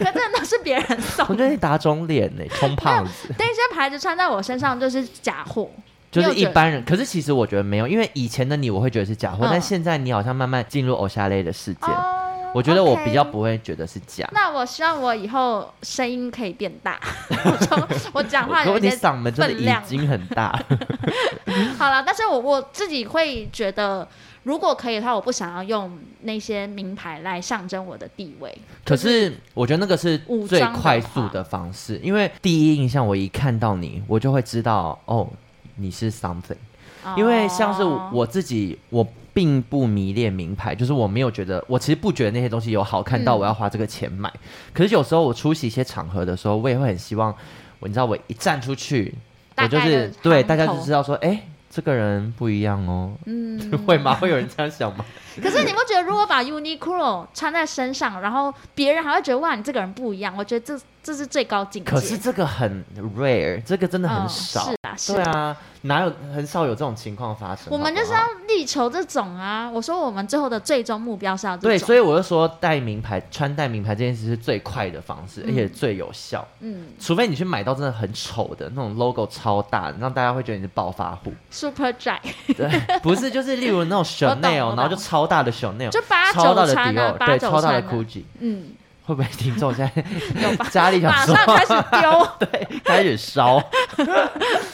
S2: 可真的都是别人送
S1: [LAUGHS] 我
S2: 的。
S1: 觉得你打肿脸呢、充胖子。
S2: 那些牌子穿在我身上就是假货，
S1: 就是一
S2: 六折
S1: 般人，可是其实我觉得没有，因为以前的你我会觉得是假货，
S2: 嗯
S1: 但现在你好像慢慢进入偶像类的世界，
S2: 哦
S1: 我觉得我比较。
S2: OK
S1: 不会觉得是假。
S2: 那我希望我以后声音可以变大， [LAUGHS] 我就我讲话有
S1: 可
S2: 一
S1: 你
S2: 些
S1: 嗓门真的
S2: 分量
S1: 已经很大，
S2: 好了，但是我我自己会觉得，如果可以的话，我不想要用那些名牌来象征我的地位。
S1: 可是我觉得那个是
S2: 武
S1: 最
S2: 装的
S1: 快速
S2: 话
S1: 的方式，因为第一印象我一看到你，我就会知道哦，你是 something。因为像是
S2: 哦
S1: 我自己，我并不迷恋名牌，就是我没有觉得，我其实不觉得那些东西有好看到
S2: 嗯
S1: 我要花这个钱买。可是有时候我出席一些场合的时候，我也会很希望，我你知道我一站出去，
S2: 大
S1: 我就
S2: 概
S1: 是
S2: 的
S1: 对
S2: 行
S1: 大家就
S2: 头
S1: 知道说，哎、这个人不一样哦，
S2: 嗯，
S1: [LAUGHS] 会吗？会有人这样想
S2: [LAUGHS]
S1: 吗？
S2: 可是你不觉得，如果把 Uniqlo 穿在身上，然后别人还会觉得哇，你这个人不一样？我觉得这这是最高境界。
S1: 可是这个很 rare，这个真的很
S2: 嗯
S1: 少。
S2: 是啊，是
S1: 对。啊，哪有很少有这种情况发生？
S2: 我们
S1: 好
S2: 就
S1: 不
S2: 是
S1: 好
S2: 要力求这种啊！我说我们最后的最终目标是要这种
S1: 对，所以我就说戴名牌、穿戴名牌这件事是最快的方式，
S2: 嗯
S1: 而且最有效。
S2: 嗯
S1: 除非你去买到真的很丑的那种 logo 超大，让大家会觉得你是暴发
S2: [LAUGHS]
S1: 户。
S2: ，Super Dry
S1: 对，不是就是例如那种
S2: 我懂
S1: Chanel，
S2: 我
S1: 然后就
S2: 懂
S1: 超大的 Chanel，
S2: 就八
S1: 超大
S2: 九
S1: 的
S2: 穿啊，
S1: Dior，
S2: 八
S1: 对，
S2: 九
S1: 超大
S2: 穿
S1: 的
S2: 啊
S1: Gucci。 [LAUGHS]
S2: 嗯，
S1: 会不会听众现在？
S2: 有吧
S1: 家里想
S2: 马
S1: 说 [LAUGHS]
S2: 上开始丢，
S1: 对
S2: [LAUGHS]
S1: 开始烧？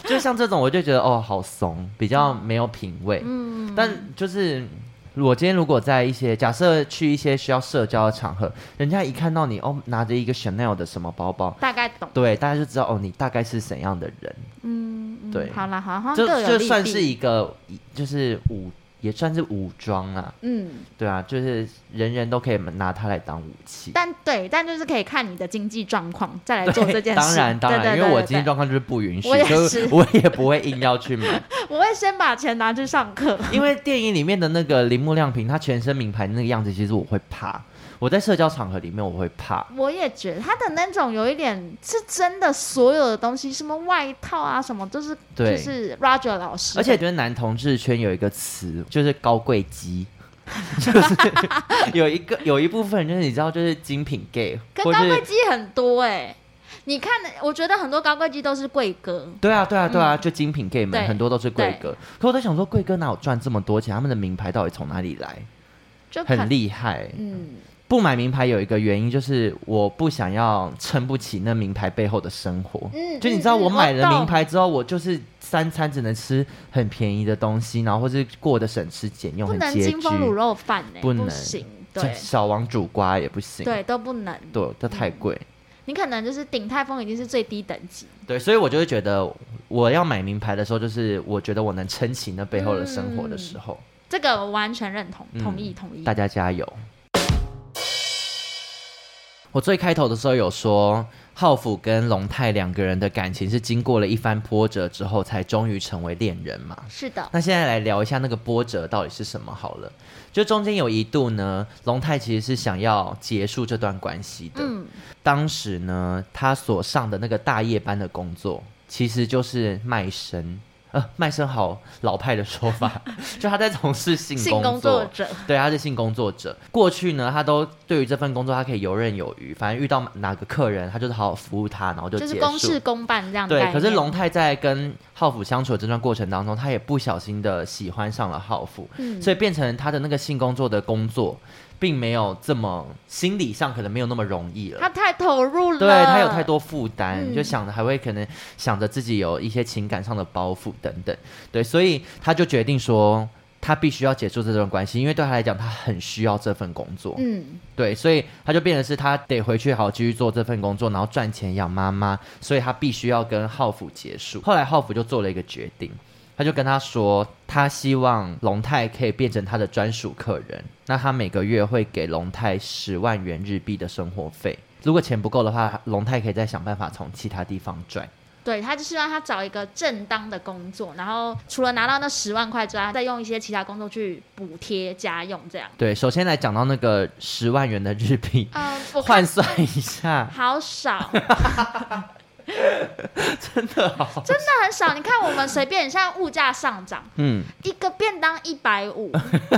S1: 就像这种，我就觉得哦，好怂，比较没有品味。
S2: 嗯，
S1: 但就是我今天如果在一些假设去一些需要社交的场合，人家一看到你哦拿着一个 Chanel 的什么包包，
S2: 大概懂，
S1: 对，大家就知道哦你大概是怎样的人，
S2: 嗯，嗯
S1: 对
S2: 好啦，好，好像
S1: 这
S2: 各有
S1: 这
S2: 利
S1: 算
S2: 弊
S1: 是一个就是武也算是武装啊，
S2: 嗯，
S1: 对啊，就是人人都可以拿它来当武器。
S2: 但对，但就是可以看你的经济状况再来做这件事。
S1: 当然，当然，
S2: 对对对
S1: 因为我
S2: 对
S1: 经济
S2: 对
S1: 状况就是不允许，
S2: 我也
S1: 所以
S2: 是
S1: 我也不会硬要去买。
S2: 我会先把钱拿去上课。
S1: 因为电影里面的那个铃木亮平，他全身名牌那个样子，其实我会怕。我在社交场合里面我会怕，
S2: 我也觉得他的那种有一点是真的，所有的东西，什么外套啊，什么都是
S1: 对
S2: 就是 Roger 老师的，
S1: 而且觉得男同志圈有一个词就是高贵鸡， [LAUGHS] 就是有一个有一部分人就是你知道就是精品 gay，
S2: 跟
S1: 或
S2: 高贵
S1: 是
S2: 鸡很多哎、你看，我觉得很多高贵鸡都是贵哥，
S1: 对啊对啊对啊，就精品 gay 们
S2: 嗯对
S1: 很多都是贵哥。可我在想说，贵哥哪有赚这么多钱？他们的名牌到底从哪里来？
S2: 就可
S1: 很厉害。
S2: 嗯，
S1: 不买名牌有一个原因就是我不想要撑不起那名牌背后的生活。
S2: 嗯
S1: 就你知道，
S2: 嗯嗯
S1: 我买了
S2: 我懂
S1: 名牌之后，我就是三餐只能吃很便宜的东西，然后或是过得省吃俭用，
S2: 不
S1: 很
S2: 能
S1: 拮
S2: 金风卤
S1: 据。
S2: 肉饭哎、
S1: 不能
S2: 行，
S1: 这
S2: 对
S1: 小王煮瓜也不行。
S2: 对嗯都不能，
S1: 对，这太贵。
S2: 你可能就是鼎泰丰已经是最低等级，
S1: 对，所以我就会觉得，我要买名牌的时候，就是我觉得我能撑起那背后的生活的
S2: 嗯
S1: 时候，
S2: 这个我完全认同，同意同意
S1: 嗯大，家加油。我最开头的时候有说，浩辅跟龙泰两个人的感情是经过了一番波折之后，才终于成为恋人嘛。
S2: 是的，
S1: 那现在来聊一下那个波折到底是什么好了。就中间有一度呢，龙泰其实是想要结束这段关系的，
S2: 嗯，
S1: 当时呢，他所上的那个大夜班的工作，其实就是卖身。呃，卖身好老派的说
S2: [LAUGHS]
S1: 法，就他在从事性
S2: 性
S1: 工
S2: 工作者，
S1: 对，他是性工作者。过去呢，他都对于这份工作他可以游刃有余，反正遇到哪个客人，他就是好好服务他，然后就
S2: 就
S1: 结束。
S2: 是公事公办这样的概
S1: 对，
S2: 念。
S1: 可是龙太在跟浩辅相处的这段过程当中，他也不小心的喜欢上了浩辅，
S2: 嗯
S1: 所以变成他的那个性工作的工作，并没有这么心理上可能没有那么容易了。
S2: 他太投入了，
S1: 对他有太多负担，
S2: 嗯
S1: 就想着还会可能想着自己有一些情感上的包袱等等，对，所以他就决定说。他必须要结束这段关系，因为对他来讲，他很需要这份工作。
S2: 嗯，
S1: 对，所以他就变成是他得回去好好继续做这份工作，然后赚钱养妈妈，所以他必须要跟浩辅结束。后来浩辅就做了一个决定，他就跟他说，他希望龙泰可以变成他的专属客人，那他每个月会给龙泰十万元日币的生活费。如果钱不够的话，龙泰可以再想办法从其他地方赚。
S2: 对他就是让他找一个正当的工作，然后除了拿到那十万块之外，再用一些其他工作去补贴家用这样。
S1: 对，首先来讲到那个十万元的日币，
S2: 嗯，我看
S1: 换算一下，
S2: 好少，
S1: [LAUGHS] 真的哦好，
S2: 真的很少。你看我们随便，像物价上涨，
S1: 嗯，
S2: 一个便当一百五，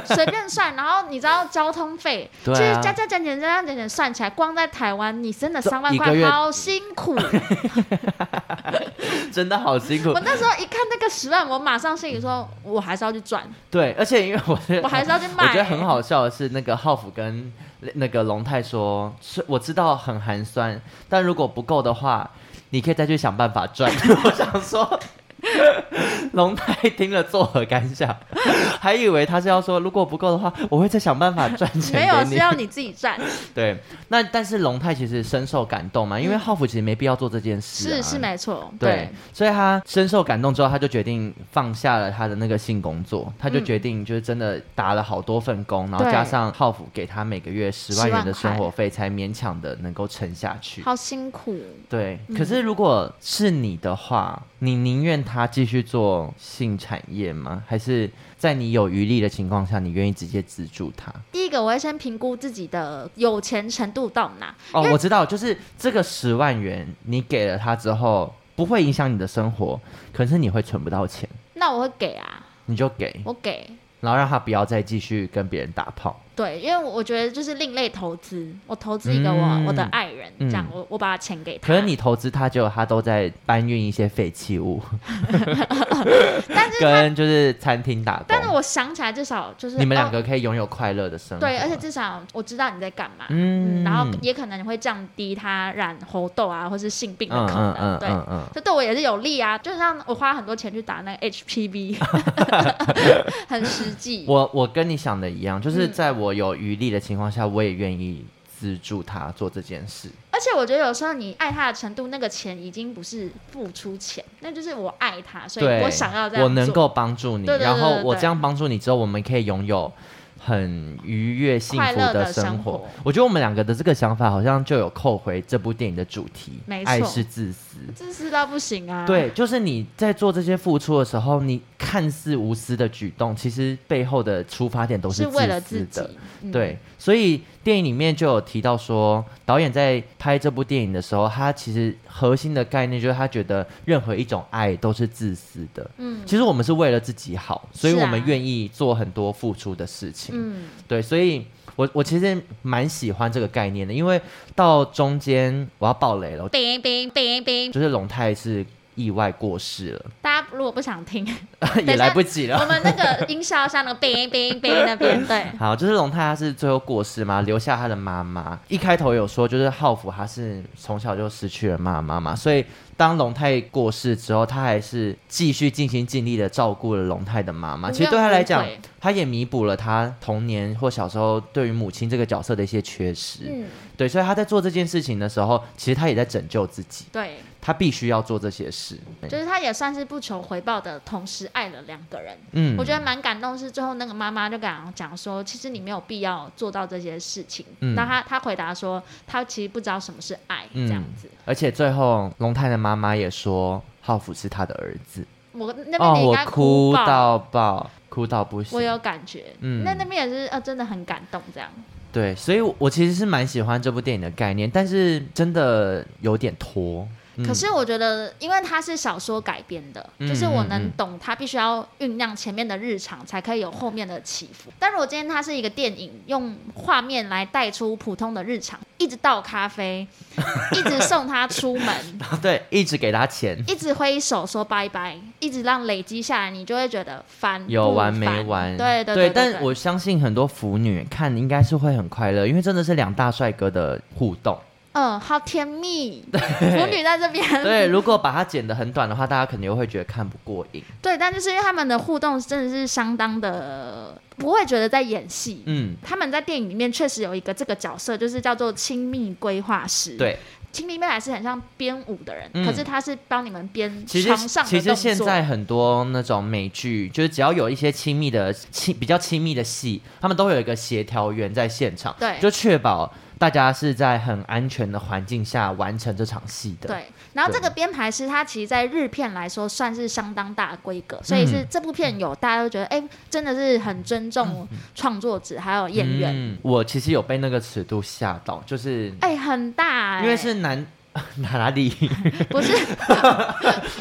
S2: 随便算，然后你知道交通费，
S1: 对啊
S2: 就是加加减减加加减减算起来，光在台湾你真的
S1: 这
S2: 三万
S1: 一个月
S2: 块好辛
S1: [LAUGHS]
S2: 苦。
S1: [LAUGHS] 真的好辛苦
S2: 我。那时候一看那个十万，我马上心里说，我还是要去赚，
S1: 对，而且因为我觉得
S2: 我还是要去
S1: 我
S2: 卖、
S1: 觉得很好笑的是，那个浩辅跟那个龙泰说，是我知道很 [LAUGHS] 寒酸，但如果不够的话，你可以再去想办法赚。我想说，龙太听了作何感想？还以为他是要说，如果不够的话，我会再想办法赚钱
S2: 没有
S1: 给
S2: 是
S1: 你。啊
S2: 要你自己
S1: [LAUGHS]
S2: 赚，
S1: 对，那但是龙太其实深受感动嘛，因为浩福其实没必要做这件事、啊，
S2: 嗯是是没错，
S1: 对，所以他深受感动之后，他就决定放下了他的那个性工作，他就决定就是真的打了好多份工，然后
S2: 嗯对
S1: 加上浩福给他每个月十万
S2: 10万
S1: 元的生活费，才勉强的能够撑下去。
S2: 好嗯辛苦。
S1: 对，可是如果是你的话，你宁愿他继续做性产业吗？还是在你有余力的情况下，你愿意直接资助他？
S2: 第一个，我会先评估自己的有钱程度到哪，
S1: 哦，我知道，就是这个十万元你给了他之后，不会影响你的生活，可是你会存不到钱，
S2: 那我会给啊，
S1: 你就给。
S2: 我给。
S1: 然后让他不要再继续跟别人打炮。
S2: 对，因为我觉得就是另类投资，我投资一个我、
S1: 嗯
S2: 我的爱人，
S1: 嗯
S2: 这样我我把钱给他。
S1: 可是你投资他，结果他都在搬运一些废弃物，
S2: [LAUGHS] 但是
S1: 跟就是餐厅打工。
S2: 但是我想起来，至少就是
S1: 你们两
S2: 哦
S1: 个可以拥有快乐的生活。
S2: 对，而且至少我知道你在干嘛，
S1: 嗯
S2: 嗯，然后也可能会降低他染猴痘啊或是性病的可能，对。
S1: 嗯，
S2: 这对我也是有利啊，就像我花很多钱去打那个 HPV，很实际。
S1: [LAUGHS] 我我跟你想的一样，
S2: 嗯
S1: 就是在我有余力的情况下，我也愿意资助他做这件事。
S2: 而且我觉得有时候你爱他的程度，那个钱已经不是付出钱，那就是我爱他，所以
S1: 对，
S2: 我想要这样
S1: 我能
S2: 做
S1: 够帮助你，
S2: 对对对
S1: 然后
S2: 对
S1: 我
S2: 对
S1: 这样帮助你之后，我们可以拥有很愉悦、幸
S2: 快
S1: 福
S2: 乐的
S1: 生
S2: 生活
S1: 我觉得我们两个的这个想法好像就有扣回这部电影的主题
S2: 没，
S1: 爱
S2: 错
S1: 是自私。
S2: 自私到不行啊！
S1: 对，就是你在做这些付出的时候，你看似无私的举动，其实背后的出发点都
S2: 是
S1: 自私
S2: 为
S1: 的。
S2: 了自己。嗯，
S1: 对，所以电影里面就有提到说，导演在拍这部电影的时候，他其实核心的概念就是他觉得任何一种爱都是自私的。
S2: 嗯
S1: 其实我们是为了自己好，所以
S2: 是啊
S1: 我们愿意做很多付出的事情。
S2: 嗯，
S1: 对，所以我我其实蛮喜欢这个概念的，因为到中间我要爆雷了，
S2: 冰冰冰冰，
S1: 就是龙太是意外过世了， [LAUGHS]
S2: 大家如果不想听，
S1: 也
S2: 一下
S1: 来不及了
S2: 我。们那个音效像那个冰冰冰那
S1: [LAUGHS]
S2: 边，对，
S1: 好，就是龙太他是最后过世嘛，留下他的妈妈。一开头有说，就是浩福他是从小就失去了妈妈嘛，所以当龙太过世之后，他还是继续尽心尽力的照顾了龙太的妈妈。
S2: 不
S1: 其实对
S2: 用
S1: 他来
S2: 误
S1: 讲
S2: 会，
S1: 他也弥补了他童年或小时候对于母亲这个角色的一些缺失。
S2: 嗯，
S1: 对，所以他在做这件事情的时候，其实他也在拯救自己，
S2: 对，
S1: 他必须要做这些事。
S2: 就是他也算是不求回报的同时爱了两个人。
S1: 嗯
S2: 我觉得蛮感动，是最后那个妈妈就跟他讲说，其实你没有必要做到这些事情。
S1: 嗯
S2: 那他他回答说，他其实不知道什么是爱，这样子。
S1: 而且最后龙太的妈妈也说，浩福是他的儿子。
S2: 我那边
S1: 哦，
S2: 你应
S1: 我
S2: 该
S1: 哭
S2: 爆，
S1: 到爆，哭到不行。
S2: 我有感觉。
S1: 嗯
S2: 那那边也是呃，真的很感动这样。
S1: 对，所以我，我其实是蛮喜欢这部电影的概念，但是真的有点拖。 [LAUGHS] 嗯
S2: 可是我觉得，因为它是小说改编的，
S1: 嗯
S2: 就是我
S1: 嗯
S2: 能
S1: 嗯
S2: 懂它必须要酝酿前面的日常，才可以有后面的起伏。但如果今天它是一个电影，用画面来带出普通的日常，一直倒咖
S1: [LAUGHS]
S2: 啡，一直送他出门，
S1: 对，一直给他钱，
S2: 一直挥手说拜拜，一直让累积下来，你就会觉得烦
S1: 有
S2: 不
S1: 完没
S2: 烦
S1: 完？
S2: 对
S1: 对
S2: 对
S1: 但我相信很多腐女看应该是会很快乐，因为真的是两大帅哥的互
S2: [LAUGHS]
S1: 动。
S2: 嗯，好甜蜜，腐女在这边。
S1: 对，如果把它剪得很短的话，大家肯定会觉得看不过瘾。
S2: 对，但就是因为他们的互动真的是相当的，不会觉得在演戏。
S1: 嗯，
S2: 他们在电影里面确实有一个这个角色，就是叫做亲密规划师。，
S1: 对。
S2: 亲密未来是很像编舞的人，
S1: 嗯
S2: 可是他是帮你们编
S1: 其
S2: 床
S1: 实
S2: 上的
S1: 其
S2: 动作。
S1: 实现在很多那种美剧，就是只要有一些亲密的亲比较亲密的戏，他们都会有一个协调员在现场，
S2: 对
S1: 就确保大家是在很安全的环境下完成这场戏的。，
S2: 对，然后这个编排师他其实，在日片来说算是相当大的规
S1: 嗯
S2: 格，所以是这部片有大家都觉得，哎、真的是很尊重创作者还有演员，
S1: 嗯，我其实有被那个尺度吓到，就是、
S2: 哎、很大、哎
S1: 因为是
S2: [LAUGHS]
S1: 男。哪里？ [LAUGHS]
S2: 不是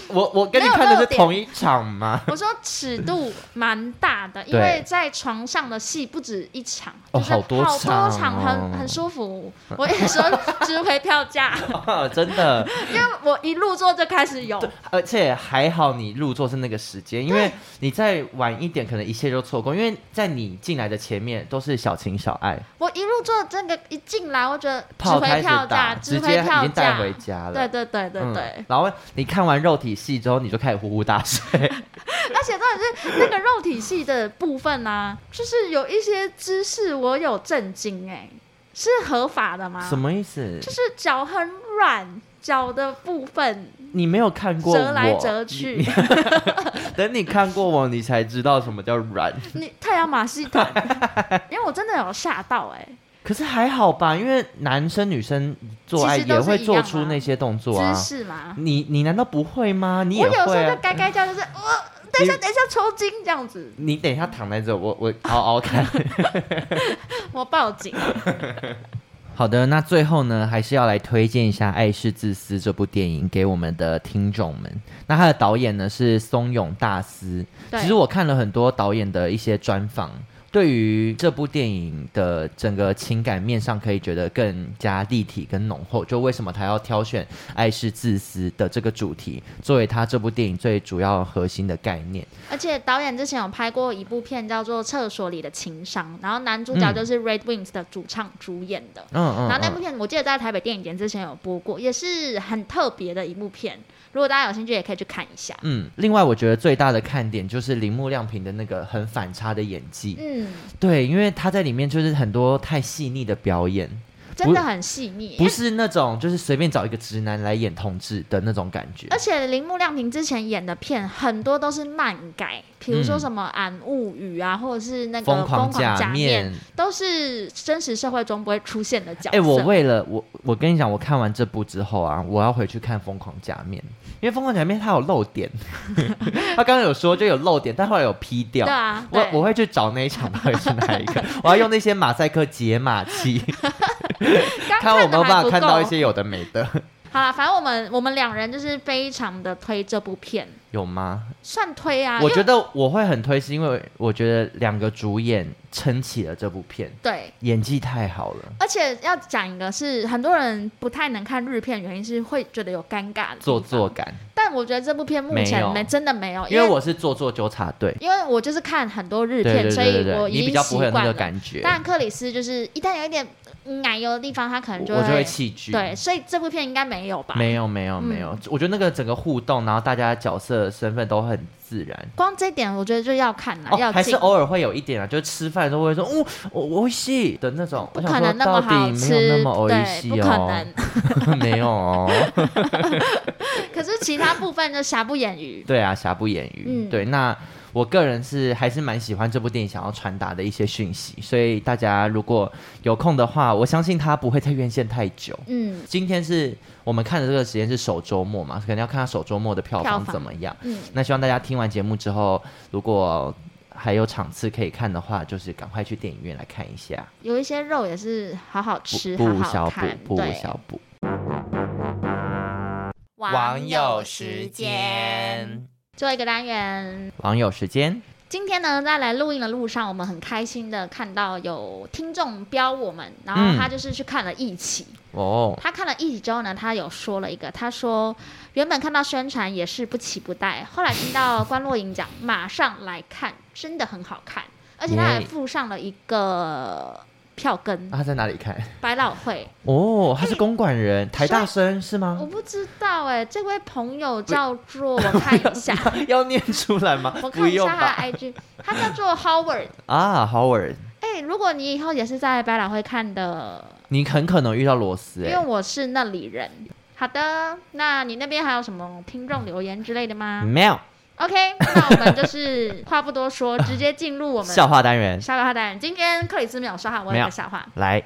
S1: 我我跟你
S2: 没有
S1: 看的是
S2: 露点
S1: 同一场吗？ [LAUGHS]
S2: [LAUGHS] 我说尺度蛮大的，因
S1: 对
S2: 为在床上的戏不止一场，
S1: 哦
S2: 就是
S1: 好
S2: 好
S1: 多场哦
S2: 场很很舒服。我一说值回票
S1: [LAUGHS]
S2: 价，
S1: 真的，
S2: 因为我一入座就开始有，
S1: 而且还好你入座是那个时间，因为你再晚一点，可能一切就错过。因为在你进来的前面都是小情小爱，
S2: 我一入座这个一进来，我觉得值
S1: 炮
S2: 回
S1: 开始
S2: 票价，
S1: 打，直
S2: 值回
S1: 接已
S2: 票
S1: 经带回家了。
S2: 对对对对
S1: 嗯
S2: 对，
S1: 然后你看完肉体戏之后，你就开始呼呼大
S2: [LAUGHS]
S1: 睡。
S2: 而且重点是那个肉体系的部分呢、就是有一些知识我有震惊哎、是合法的吗？
S1: 什么意思？
S2: 就是脚很软，脚的部分
S1: 你没有看过我，
S2: 折来折去
S1: 你。等你看过我，你才知道什么叫 [LAUGHS] 软。
S2: 你太阳马戏团， [LAUGHS] 因为我真的有吓到哎、
S1: 可是还好吧，因为男生女生做爱
S2: 其实都
S1: 也
S2: 是
S1: 会
S2: 一
S1: 做
S2: 样啊
S1: 出那些动作啊
S2: 姿。势嘛。
S1: 你你难道不会吗？你也
S2: 我有时候
S1: 会、啊
S2: 就。该该叫，就是我等一下等一下抽筋这
S1: [LAUGHS]
S2: 样子，
S1: 你等一下躺在这，我我 [LAUGHS] 嗷嗷看。
S2: 我报警。
S1: 好的，那最后呢，还是要来推荐一下《爱是自私》这部电影给我们的听众们。那它的导演呢是松永大司。
S2: 对
S1: 其实我看了很多导演的一些专访，对于这部电影的整个情感面上，可以觉得更加立体跟浓厚。就为什么他要挑选“爱是自私”的这个主题，作为他这部电影最主要核心的概念。
S2: 而且导演之前有拍过一部片叫做《厕所里的情商》，然后男主角就是 Red Wings 的主唱主演的。
S1: 嗯嗯
S2: 然后那部
S1: 嗯，
S2: 片我记得在台北电影节之前有播过，也是很特别的一部片。如果大家有兴趣，也可以去看一下。
S1: 嗯。另外，我觉得最大的看点就是铃木亮平的那个很反差的演技。
S2: 嗯，
S1: 对，因为他在里面就是很多太细腻的表演，
S2: 真的很细腻。因
S1: 不
S2: 为
S1: 是那种就是随便找一个直男来演同志的那种感觉。
S2: 而且铃木亮平之前演的片很多都是漫改，比如说
S1: 嗯
S2: 什么《俺物语》啊，或者是那个《
S1: 疯
S2: 疯狂
S1: 假
S2: 假面》，
S1: 面，
S2: 都是真实社会中不会出现的角色。
S1: 哎、我为了我，我跟你讲，我看完这部之后啊，我要回去看《疯狂假面》，因为《疯狂假面》它有漏点， [LAUGHS] 他刚刚有说就有漏点，但后来有 P 掉
S2: 对。啊，
S1: 我
S2: 对
S1: 哦我会去找那一场到底是哪一个，我要用那些马赛克解码
S2: [LAUGHS]
S1: 器，
S2: 刚
S1: 看我有没有
S2: 的还
S1: 办法
S2: 不
S1: 看到一
S2: 够
S1: 些有的没的，
S2: 好啦，反正我们我们两人就是非常的推这部片，
S1: 有吗？
S2: 算推啊。
S1: 我
S2: 因为
S1: 觉得我会很推，是因为我觉得两个主演撑起了这部片，
S2: 对，
S1: 演技太好了，
S2: 而且要讲一个是很多人不太能看日片，原因是会觉得有尴尬的地方
S1: 做作。感。
S2: 但我觉得这部片目前
S1: 没
S2: 没
S1: 有
S2: 真的没有，
S1: 因
S2: 因
S1: 为我是做作纠察队，
S2: 因为我就是看很多日
S1: 对对
S2: 片，
S1: 对
S2: 所以
S1: 对对，
S2: 我
S1: 你
S2: 已
S1: 比
S2: 经
S1: 较不会
S2: 习
S1: 有那
S2: 惯
S1: 个
S2: 了。
S1: 感觉，
S2: 但克里斯就是一旦有一点奶油的地方，他可能
S1: 我
S2: 就
S1: 我就
S2: 会
S1: 会弃剧。
S2: 对，嗯所以这部片应该没有吧？
S1: 没有没有没有，我觉得那个整个互动，然后大家角色身份都很自然。
S2: 光这一点我觉得就要看了，
S1: 哦，
S2: 嗯要
S1: 还是
S2: 进。
S1: 偶尔会有一点啊，就是吃饭的时候会说，哦，我我会戏的那种。
S2: 不
S1: 我想
S2: 可
S1: 说
S2: 能那
S1: 到
S2: 么
S1: 底
S2: 好
S1: 没有
S2: 吃，
S1: 那么偶一
S2: 对，
S1: 戏
S2: 不
S1: 哦，
S2: 可能。
S1: [LAUGHS] 没有哦。
S2: 可是其他部分就瑕不掩瑜。
S1: 对啊，瑕不掩瑜。
S2: 嗯
S1: 对，那我个人是还是蛮喜欢这部电影想要传达的一些讯息，所以大家如果有空的话，我相信它不会在院线太久。
S2: 嗯
S1: 今天是我们看的这个时间是首周末嘛，可能要看它首周末的票
S2: 票
S1: 房
S2: 房
S1: 怎么样。
S2: 嗯，
S1: 那希望大家听完节目之后，如果还有场次可以看的话，就是赶快去电影院来看一下。
S2: 有一些肉也是好好吃，
S1: 不不无
S2: 好
S1: 小
S2: 好
S1: 补
S2: 看，，
S1: 不无
S2: 对。
S1: 小补。
S3: 网友时间，
S2: 最后一个单元，
S1: 网友时间，
S2: 今天呢，在来录音的路上，我们很开心的看到有听众标我们，然
S1: 嗯
S2: 后他就是去看了一起，
S1: 哦，
S2: 他看了一起之后呢，他有说了一个，他说原本看到宣传也是不期不待，后来听到关洛影讲，马上来看，真的很好看，而且他还
S1: 耶
S2: 附上了一个票
S1: [LAUGHS]
S2: 根
S1: 那，他在哪里看？
S2: 百老汇。
S1: 哦，他是公馆人，台大生是吗
S2: 我？不知道哎、这位朋友叫做我看一下，
S1: [LAUGHS] 要念出来吗？
S2: 嗯我
S1: 不
S2: 看一
S1: 用
S2: 下他
S1: 吧？
S2: 的 IG，他叫做 Howard。
S1: 啊，Howard，
S2: 哎、如果你以后也是在百老汇看的，
S1: 你很可能遇到罗斯
S2: 因
S1: 哎、
S2: 为我是那里人。好的，那你那边还有什么听众留言之类的吗、
S1: 没有
S2: o k 那我们就是话不多
S1: [LAUGHS]
S2: 说，直接进入我们
S1: 笑话单元
S2: 笑话单元。今天克里斯没有说好，我
S1: 没
S2: 有
S1: 有
S2: 一个笑话。
S1: 来，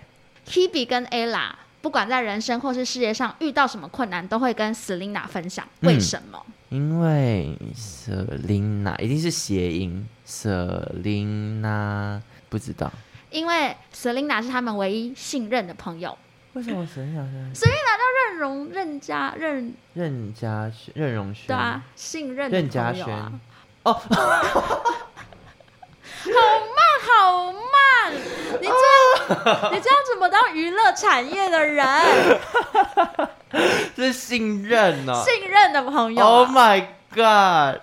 S2: Hebe 跟 Ella 不管在人生或是事业上遇到什么困难，都会跟 Selina 分享，
S1: 嗯
S2: 为什么？
S1: 因为 Selina 一定是谐音，Selina 不知道
S2: 因为 Selina 是他们唯一信任的朋友，
S1: 为什么 Selina
S2: 任容、任嘉、任
S1: 任嘉轩、任容轩
S2: 对啊，信任的
S1: 任嘉
S2: 朋
S1: 轩
S2: 友啊，
S1: 哦，
S2: 好慢！你这样，你这样怎么当娱乐产业的人？
S1: 这是信任哦
S2: 信任的朋友啊、
S1: 哦，Oh my God，